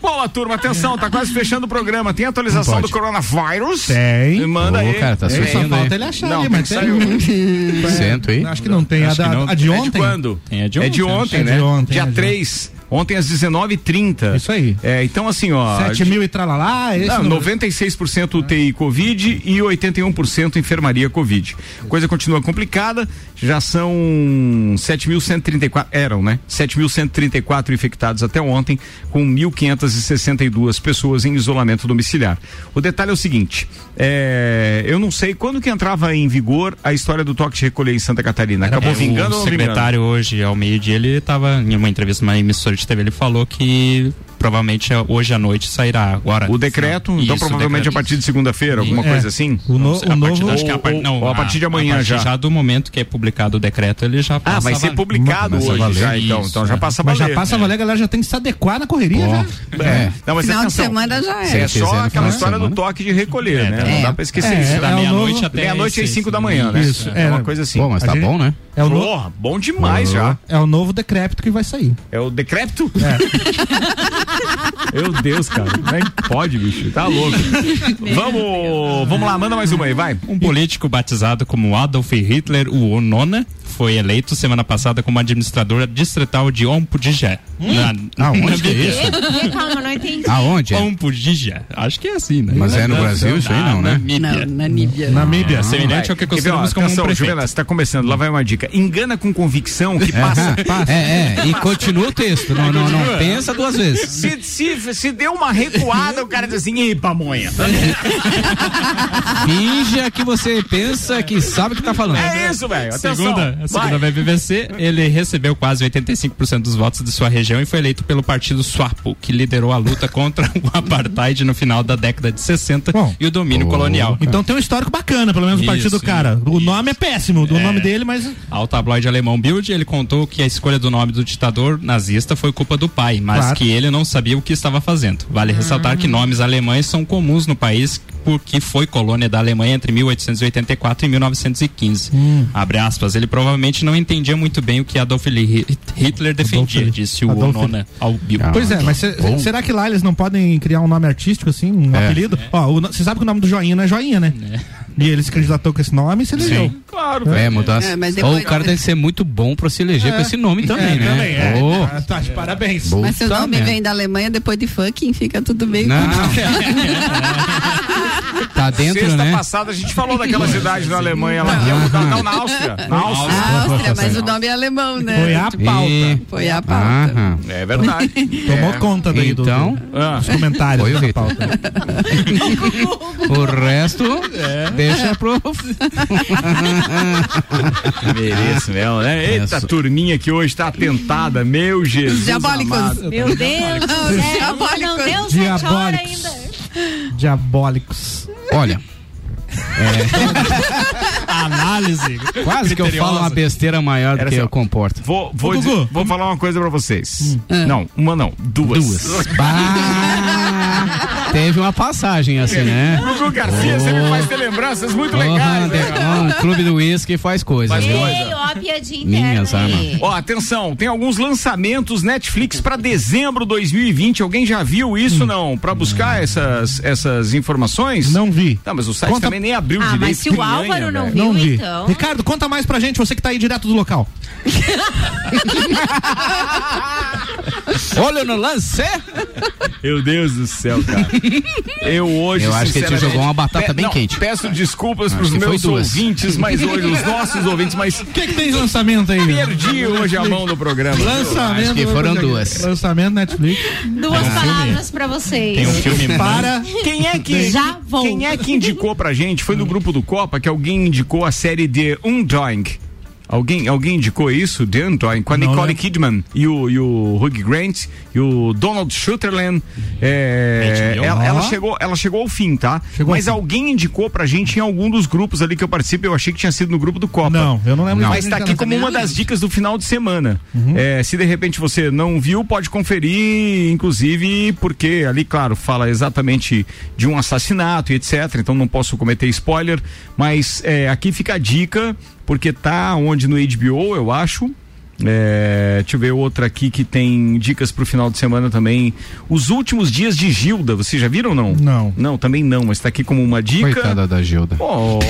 S1: Bola, turma, atenção, tá quase fechando o programa. Tem atualização do coronavírus?
S3: Tem.
S1: Me manda
S5: Ô,
S1: aí.
S5: cara, tá
S1: Tem.
S5: saindo, Só falta hein?
S3: ele achar
S1: não,
S3: ali,
S1: tem
S3: mas
S1: que
S3: tem.
S1: sair o-
S5: Sento aí.
S3: Acho que É. não tem. a,
S1: Acho
S3: da,
S1: que não.
S3: a de
S1: É
S3: ontem?
S1: quando?
S4: É de
S1: É de
S4: ontem,
S1: ontem,
S3: acho. É
S1: né?
S3: de ontem,
S1: Dia
S3: é de
S1: 3. Ontem às 19h30. Isso
S3: aí.
S1: É, então assim, ó.
S3: 7 mil e tralalá. Esse
S1: Não,
S3: número.
S1: 96% UTI Covid e 81% enfermaria Covid. Coisa continua complicada, já são 7.134, eram, né? 7.134 infectados até ontem, com 1.562 pessoas em isolamento domiciliar. O detalhe é o seguinte, é, eu não sei quando que entrava em vigor a história do toque de recolher em Santa Catarina. Acabou
S4: É,
S1: vingando
S4: o
S1: ou não vingando?
S4: secretário hoje, ao meio-dia, ele estava em uma entrevista numa emissora de TV, ele falou que provavelmente hoje à noite sairá agora.
S1: O decreto, então provavelmente a partir de segunda-feira, alguma
S4: É.
S1: coisa assim?
S3: O, no,
S4: a partir, acho que é a,
S1: ou,
S4: par- não,
S1: ou a partir de amanhã já.
S4: já do momento que é publicado o decreto, ele já passa
S1: Ah, vai
S4: a
S1: ser
S4: valer.
S1: publicado
S4: Começa a
S1: hoje
S4: valer.
S1: já, então. Então já
S4: Isso, é.
S1: passa a
S3: Mas
S1: valer.
S3: já passa a valer, a galera já tem que se adequar na correria já.
S1: É. Não, mas
S8: Final de
S1: atenção.
S8: semana já
S1: É
S8: era.
S5: Se
S1: só
S5: fizer no
S1: aquela
S5: final de
S1: história do
S5: semana.
S1: toque de recolher, né? Não
S8: É.
S1: dá pra esquecer
S3: É,
S1: isso.
S3: é
S1: Da
S3: o
S1: meia-noite
S3: novo-
S1: até meia-noite às
S4: seis,
S1: 5 da manhã, né?
S3: Isso,
S1: é
S3: é.
S1: uma coisa assim.
S5: Pô, mas tá
S3: A gente-
S5: bom, né?
S3: É o, no-
S1: Porra, bom demais
S5: Oh.
S1: já.
S3: é o novo decrépito que vai sair.
S1: É o decrépito? Meu Deus, cara. Nem pode, bicho. Tá louco. vamos, vamos lá, manda mais uma aí, vai.
S4: Um político batizado como Adolf Hitler, o Onona, foi eleito semana passada como administrador distrital de Ompudijé.
S1: Hum?
S4: Na,
S5: Aonde que é isso?
S11: Ih, Calma, não entendi.
S1: Ah,
S5: Aonde?
S4: Ompudijé. Acho que é assim, né?
S5: Mas é no Brasil Ah, isso aí
S3: Ah,
S5: não, né?
S4: Namíbia.
S8: na Níbia.
S4: É
S3: Namíbia.
S4: semelhante ao que
S1: Quer ver, ó,
S4: consideramos como um
S1: atenção,
S4: prefeito.
S1: Juliana, você tá começando, lá vai uma dica. Engana com convicção que passa.
S5: É, é. E continua o texto. Não, não, não. Pensa duas vezes.
S1: Se, se, se deu uma recuada, o cara diz assim, ei, pamonha.
S5: Finja que você pensa que sabe o que tá falando.
S1: É isso, velho. Atenção.
S4: Segunda, é a segunda
S1: Vai.
S4: BBVC, ele recebeu quase 85% dos votos de sua região e foi eleito pelo partido Swapo, que liderou a luta contra o apartheid no final da década de 60
S3: Bom.
S4: e o domínio colonial.
S3: Então tem um histórico bacana, pelo menos o partido do
S4: Isso,
S3: cara. O
S4: isso.
S3: nome é péssimo, o nome dele, mas.
S4: Ao tabloide alemão Bild, ele contou que a escolha do nome do ditador nazista foi culpa do pai, mas
S3: Claro. Hum.
S4: que ele não sabia o que estava fazendo. Vale ressaltar que nomes alemães são comuns no país porque foi colônia da Alemanha entre 1884 e 1915.
S3: Hum.
S4: Abre aspas, ele provavelmente não entendia muito bem o que Adolf Li- Hitler defendia,
S3: Adolf-
S4: disse o
S3: Adolf-
S4: Nona ao Bild.
S3: Pois é, mas cê-
S5: Ah, Bom.
S3: será que lá eles não podem criar um nome artístico, assim, um
S5: É.
S3: apelido? Ó, você sabe que o nome do Joinha não é Joinha, né? E ele se candidatou com esse nome e se elegeu.
S5: Sim.
S1: Claro,
S5: É, mudança.
S8: É, mas
S5: Ou
S8: depois-
S5: o cara deve ser muito bom pra se eleger
S3: É.
S5: com esse nome também, né?
S3: Também, é.
S5: Ô,
S3: Ah, tá, Parabéns.
S5: puta
S8: Mas se o nome
S5: merda.
S8: vem da Alemanha, depois de fucking, fica tudo bem.
S5: Não. tá dentro,
S1: Sexta
S5: né?
S1: passada a gente falou daquela cidade na Alemanha lá. que ia mudar- Não, na Áustria. Na
S5: Ah,
S8: A
S1: Áustria.
S8: Ah, Áustria, mas o nome é alemão, né?
S3: Foi a pauta.
S5: E-
S8: Foi a pauta.
S5: Aham.
S1: É verdade.
S3: Tomou conta daí do-
S5: É. Então,
S3: do,
S1: Ah,
S3: dos comentários
S5: Foi o
S3: da
S5: Vitor.
S3: pauta.
S5: o resto
S1: É.
S5: deixa pro.
S1: mereço mesmo, né? Eita,
S5: Isso.
S1: turminha que hoje tá atentada, meu Jesus.
S8: Diabólicos.
S1: amado.
S11: Meu Deus do céu,
S8: Diabólicos.
S11: não deu sete horas
S3: Diabólicos.
S11: ainda.
S3: Diabólicos.
S5: Olha, é,
S4: Análise.
S5: quase que eu falo uma besteira maior do
S1: Era
S5: que
S1: assim,
S5: eu
S1: ó.
S5: comporto.
S1: Vou, vou,
S3: Ô,
S1: dizer-
S3: Gugu.
S1: vou falar uma coisa pra vocês.
S11: Hum.
S1: Não, uma não, duas.
S5: Duas. Bah, teve uma passagem assim, né?
S1: Gugu Garcia, você me faz ter lembranças muito legais,
S5: Porra,
S1: né?
S5: Anderson, o clube do uísque faz coisa.
S1: Faz
S5: viu?
S1: coisa.
S11: Ei, ó, a piadinha
S5: Minhas
S11: interna
S6: É.
S11: aí.
S6: Ah,
S1: Ó, atenção, tem alguns lançamentos Netflix pra dezembro 2020. Alguém já viu isso não? Pra buscar essas essas informações?
S3: Não vi.
S1: Tá, mas o site
S3: Conta-
S1: também nem abriu
S11: Ah,
S1: direito.
S11: mas se o
S1: piranha,
S11: Álvaro não
S1: velho.
S11: viu,
S3: Não vi.
S11: então.
S3: Ricardo, conta mais pra gente, você que tá aí direto do local.
S5: Olha no lance!
S1: Meu Deus do céu, cara. Eu hoje.
S5: Eu acho que ele te
S1: sinceramente,
S5: jogou uma batata
S1: pe-
S5: bem
S1: não,
S5: quente.
S1: Peço desculpas pros
S5: que foi
S1: meus
S5: duas.
S1: ouvintes, mas hoje, os nossos ouvintes, mas
S3: O que, que tem de lançamento aí?
S1: perdi hoje a mão do programa.
S3: Lançamento.
S5: Acho que foram
S3: Netflix.
S5: duas.
S3: Lançamento Netflix.
S1: um
S11: Duas palavras pra vocês.
S4: Tem um filme
S3: Para.
S1: Quem é que.
S11: Já vou.
S1: é Quem é que indicou pra gente? Foi do grupo do Copa que alguém indicou a série The Undoing. Um Alguém, alguém indicou isso, The Antoine, com a Nicole Kidman e o, e o Hugh Grant e o Donald Sutherland. É,
S2: Matt
S1: ela,
S2: Dillon.
S1: ela chegou, ela chegou ao fim, tá?
S2: Chegou ao
S1: Mas
S2: fim.
S1: alguém indicou pra gente em algum dos grupos ali que eu participo. Eu achei que tinha sido no grupo do Copa. Não,
S3: eu não Uhum. lembro de
S1: Mas
S3: ninguém
S1: tá
S3: que
S1: aqui como
S3: ela também
S1: uma
S3: não
S1: das dicas do final de semana. É, se de repente você não viu, pode conferir, inclusive, porque ali, claro, fala exatamente de um assassinato e etc. Então não posso cometer spoiler. Mas é, aqui fica a dica, porque tá onde no HBO, eu acho. É, deixa eu ver outra aqui que tem dicas pro final de semana também. Os últimos dias de Gilda, vocês já viram ou não?
S3: Não.
S1: Não, também não, mas tá aqui como uma dica.
S5: Coitada da Gilda.
S1: Oh.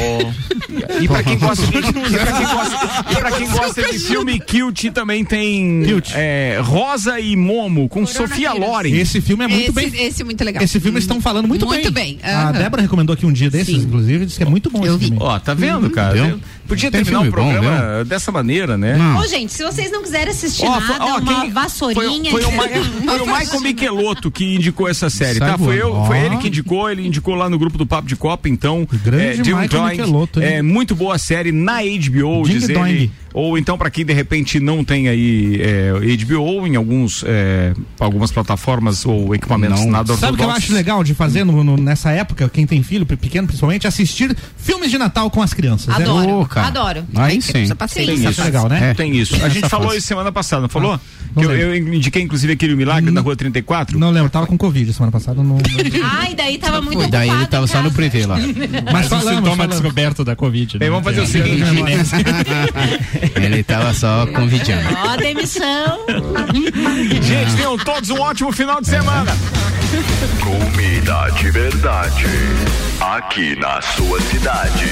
S1: E pra quem gosta de, e pra quem gosta, e pra quem gosta de filme Kilt também tem é, Rosa e Momo com Sofia Loren.
S3: Esse filme é muito
S8: esse,
S3: bem.
S8: Esse é muito legal.
S3: Esse filme estão falando muito,
S8: Muito
S3: bem.
S8: bem.
S3: A
S8: aham.
S3: Débora recomendou aqui um dia desses, inclusive, disse que é muito bom esse filme.
S1: Ó, tá vendo, cara?
S3: Viu?
S1: Eu- Podia
S3: Tem
S1: terminar
S3: filme
S1: o
S3: bom,
S1: programa dessa maneira, né?
S12: Ô, gente, se vocês não quiserem assistir
S1: Ó, foi-
S12: nada,
S1: ó,
S12: uma
S1: quem-
S12: vassourinha.
S1: Foi o, Ma- foi o Michael Michelotto que indicou essa série,
S2: Sai
S1: tá? Foi,
S2: voando.
S1: eu, foi
S2: Ó.
S1: ele que indicou, ele indicou lá no grupo do Papo de Copa, então.
S2: Grande
S1: Jim
S2: Michael
S1: Doink,
S2: Michelotto, hein?
S1: É muito boa a série na HBO,
S2: Ding
S1: diz
S2: dong.
S1: ele. Ou então, pra quem de repente não tem aí é, HBO, em alguns, é, algumas plataformas ou equipamentos nada
S3: Sabe o que eu
S1: ortodoxos.
S3: acho legal de fazer no- no- nessa época, quem tem filho pe- pequeno principalmente, assistir filmes de Natal com as crianças. É
S1: é
S12: Adoro,
S3: Ô, cara.
S12: adoro.
S3: Aí sim.
S1: Tem
S3: Essa
S1: isso.
S3: é legal, né?
S1: Tem isso. A
S3: Essa
S1: gente falou
S3: fase.
S1: isso semana passada, não falou? que eu, eu indiquei, inclusive, aquele Milagre da Rua 34.
S3: Não lembro, tava com Covid semana passada. Não...
S12: Ai, daí tava muito
S1: Foi.
S12: ocupado.
S1: Daí ele tava
S12: em
S1: só no
S12: casa.
S1: privê lá.
S3: Mas
S4: o
S3: falamos,
S4: sintoma
S3: falamos.
S4: descoberto da Covid.
S1: Bem, vamos fazer o seguinte.
S5: Ele tava só convidando.
S12: Ó, demissão.
S1: Gente, tenham todos um ótimo final de semana.
S14: Comida de verdade. Aqui na sua cidade.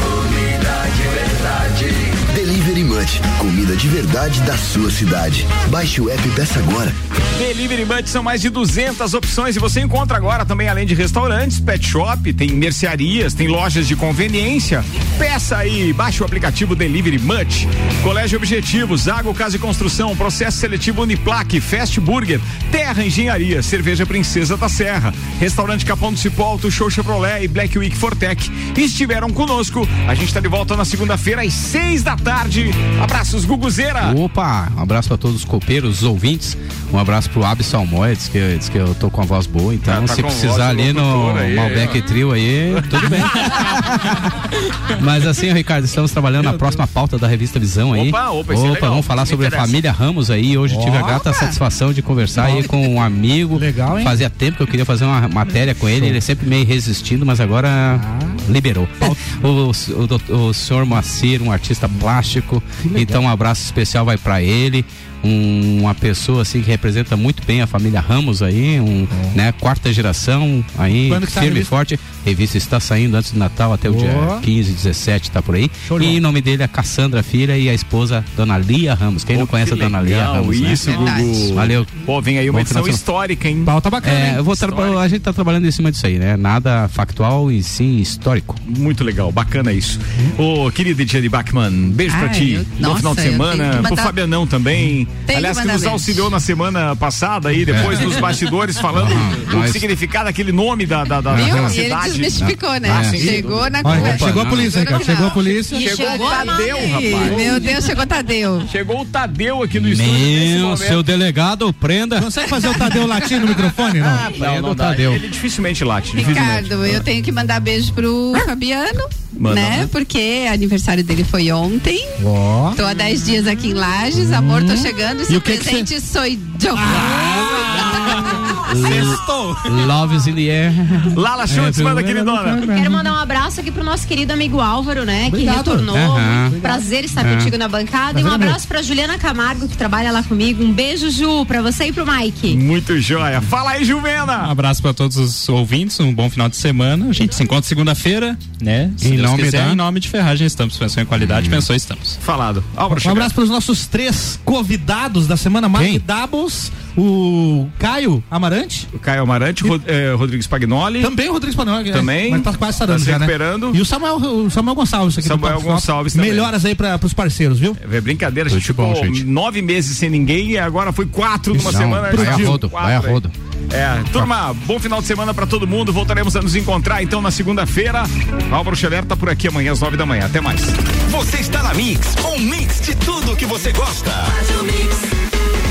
S14: Comida de verdade.
S15: Delivery Munch, comida de verdade da sua cidade. Baixe o app e peça agora.
S1: Delivery Munch são mais de 200 opções e você encontra agora também além de restaurantes, pet shop, tem mercearias, tem lojas de conveniência. Peça aí, baixe o aplicativo Delivery Munch. Colégio Objetivo, Zago Casa e Construção, Processo Seletivo Uniplaque, Fast Burger, Terra Engenharia, Cerveja Princesa da Serra, Restaurante Capão do Cipó, Auto Show Chevrolet e Black Week Fortec estiveram conosco. A gente está de volta na segunda-feira às seis da tarde. Abraços, Guguzeira.
S5: Opa, um abraço pra todos os copeiros, os ouvintes. Um abraço pro Abis Salmoia, diz que, diz que eu tô com a voz boa, então
S2: Ah, tá
S5: se
S2: com
S5: precisar
S2: voz
S5: ali no
S2: locutora aí,
S5: Malbec
S2: ó.
S5: Trio aí, tudo bem. Mas assim, Ricardo, estamos trabalhando na próxima pauta da revista Visão aí.
S2: Opa, opa, isso é legal,
S5: vamos falar
S2: me
S5: sobre a
S2: interessa.
S5: família Ramos aí. Hoje eu tive a grata satisfação de conversar aí com um amigo. Legal,
S3: hein?
S5: Fazia tempo que eu queria fazer uma matéria com ele, ele é sempre meio resistindo, mas agora
S3: Ah.
S5: liberou. O, o, doutor- o senhor Moacir, um artista plástico, então um abraço especial vai para ele. um- uma pessoa assim que representa muito bem a família Ramos aí, um, né, quarta geração aí,
S3: Quando que tá a
S5: firme e
S3: revista?
S5: forte. Revista está saindo antes do Natal até o
S3: Boa.
S5: dia 15, 17, tá por aí.
S3: de
S5: E o nome dele é Cassandra Filha e a esposa Dona Lia Ramos. Quem não conhece a Dona Lia
S1: legal
S5: Ramos? né?
S1: isso, Gugu.
S5: Valeu.
S1: Pô, vem aí uma
S5: Bom
S1: edição
S5: final de semana.
S1: histórica, hein?
S3: Pauta
S5: É, eu vou tra- a gente tá trabalhando em cima disso aí, né? Nada factual e sim histórico.
S1: Muito legal, bacana isso.
S5: Uhum.
S1: Ô, querida Ediane Bachmann, beijo pra
S5: Ai,
S1: ti.
S5: eu-
S1: Bom
S5: nossa,
S1: final de
S5: eu
S1: semana.
S5: tenho que
S1: Pro
S5: mandar-
S1: Fabianão também.
S5: Tenho
S1: Aliás,
S5: que
S1: que
S5: mandar
S1: nos
S5: beijo.
S1: auxiliou na semana passada aí, depois
S5: É.
S1: dos bastidores, falando
S5: Ah,
S1: o
S5: mas-
S1: significado daquele nome da, da, da,
S8: Viu?
S1: da
S8: E ele
S1: cidade.
S8: desmistificou, né?
S1: Ah, sim.
S8: chegou na
S1: Olha,
S8: conversa.
S1: chegou a polícia,
S8: Chegou
S1: cara,
S8: no final.
S1: chegou a polícia.
S8: E
S1: Chegou o Tadeu,
S8: Ih,
S1: rapaz.
S8: Meu Deus, chegou o Tadeu.
S1: Chegou o Tadeu aqui no
S5: Meu, seu delegado, prenda.
S3: Consegue fazer o Tadeu latir no microfone? Não,
S1: Ah,
S5: é
S1: não, não dá. Ele dificilmente late. dificilmente.
S8: Ricardo, eu tenho que mandar beijo pro Fabiano,
S1: Manda,
S8: né?
S1: manda.
S8: Porque aniversário dele foi ontem.
S3: Ó. Uhum.
S8: Tô há 10 dias aqui em Lages, amor, tô chegando. E seu
S5: o que que
S8: presente sou eu.
S3: Ah.
S5: Sextou. Loves in the air.
S1: Lala
S5: Schultz, manda, queridona.
S12: Quero mandar um abraço aqui pro nosso querido amigo Álvaro, né? Que retornou.
S5: Aham.
S12: Prazer estar
S5: É.
S12: contigo na bancada.
S5: Prazer,
S12: e um
S5: amigo.
S12: abraço pra Juliana Camargo, que trabalha lá comigo. Um beijo, Ju, pra você e pro Mike.
S1: Muito joia. Fala aí, Juvena.
S4: Um abraço para todos os ouvintes, um bom final de semana. A gente se encontra segunda-feira, né? Se
S5: Em
S4: Deus
S5: nome
S4: quiser,
S5: da-
S4: em nome de Ferragem Estamos. Pensou em qualidade,
S3: Hum.
S4: pensou estamos.
S1: Falado.
S3: Um abraço para os nossos três convidados da semana, Mark Dabos, o Caio Amarante.
S1: O Caio Amarante, Rod- eh, Rodrigo Spagnoli.
S3: Também o Rodrigo Espanhol. né?
S1: Também.
S3: Mas tá quase sarando
S1: Tá se
S3: já, né?
S1: recuperando.
S3: E o Samuel, o Samuel Gonçalves aqui. do
S1: Samuel
S3: Papo Stop.
S1: Gonçalves também.
S3: Melhoras aí para os parceiros, viu?
S1: É brincadeira, a gente
S3: Muito bom,
S1: ficou
S3: gente.
S1: nove meses sem ninguém e agora foi quatro numa
S3: Não,
S1: semana.
S3: vai a
S1: gente,
S3: rodo,
S1: quatro
S3: vai a
S1: aí.
S3: rodo.
S1: É, turma, bom final de semana pra todo mundo. Voltaremos a nos encontrar então na segunda-feira. Álvaro Xavier tá por aqui amanhã às nove da manhã. Até mais.
S2: Você está na Mix, um mix de tudo que você gosta.
S9: Faz o mix.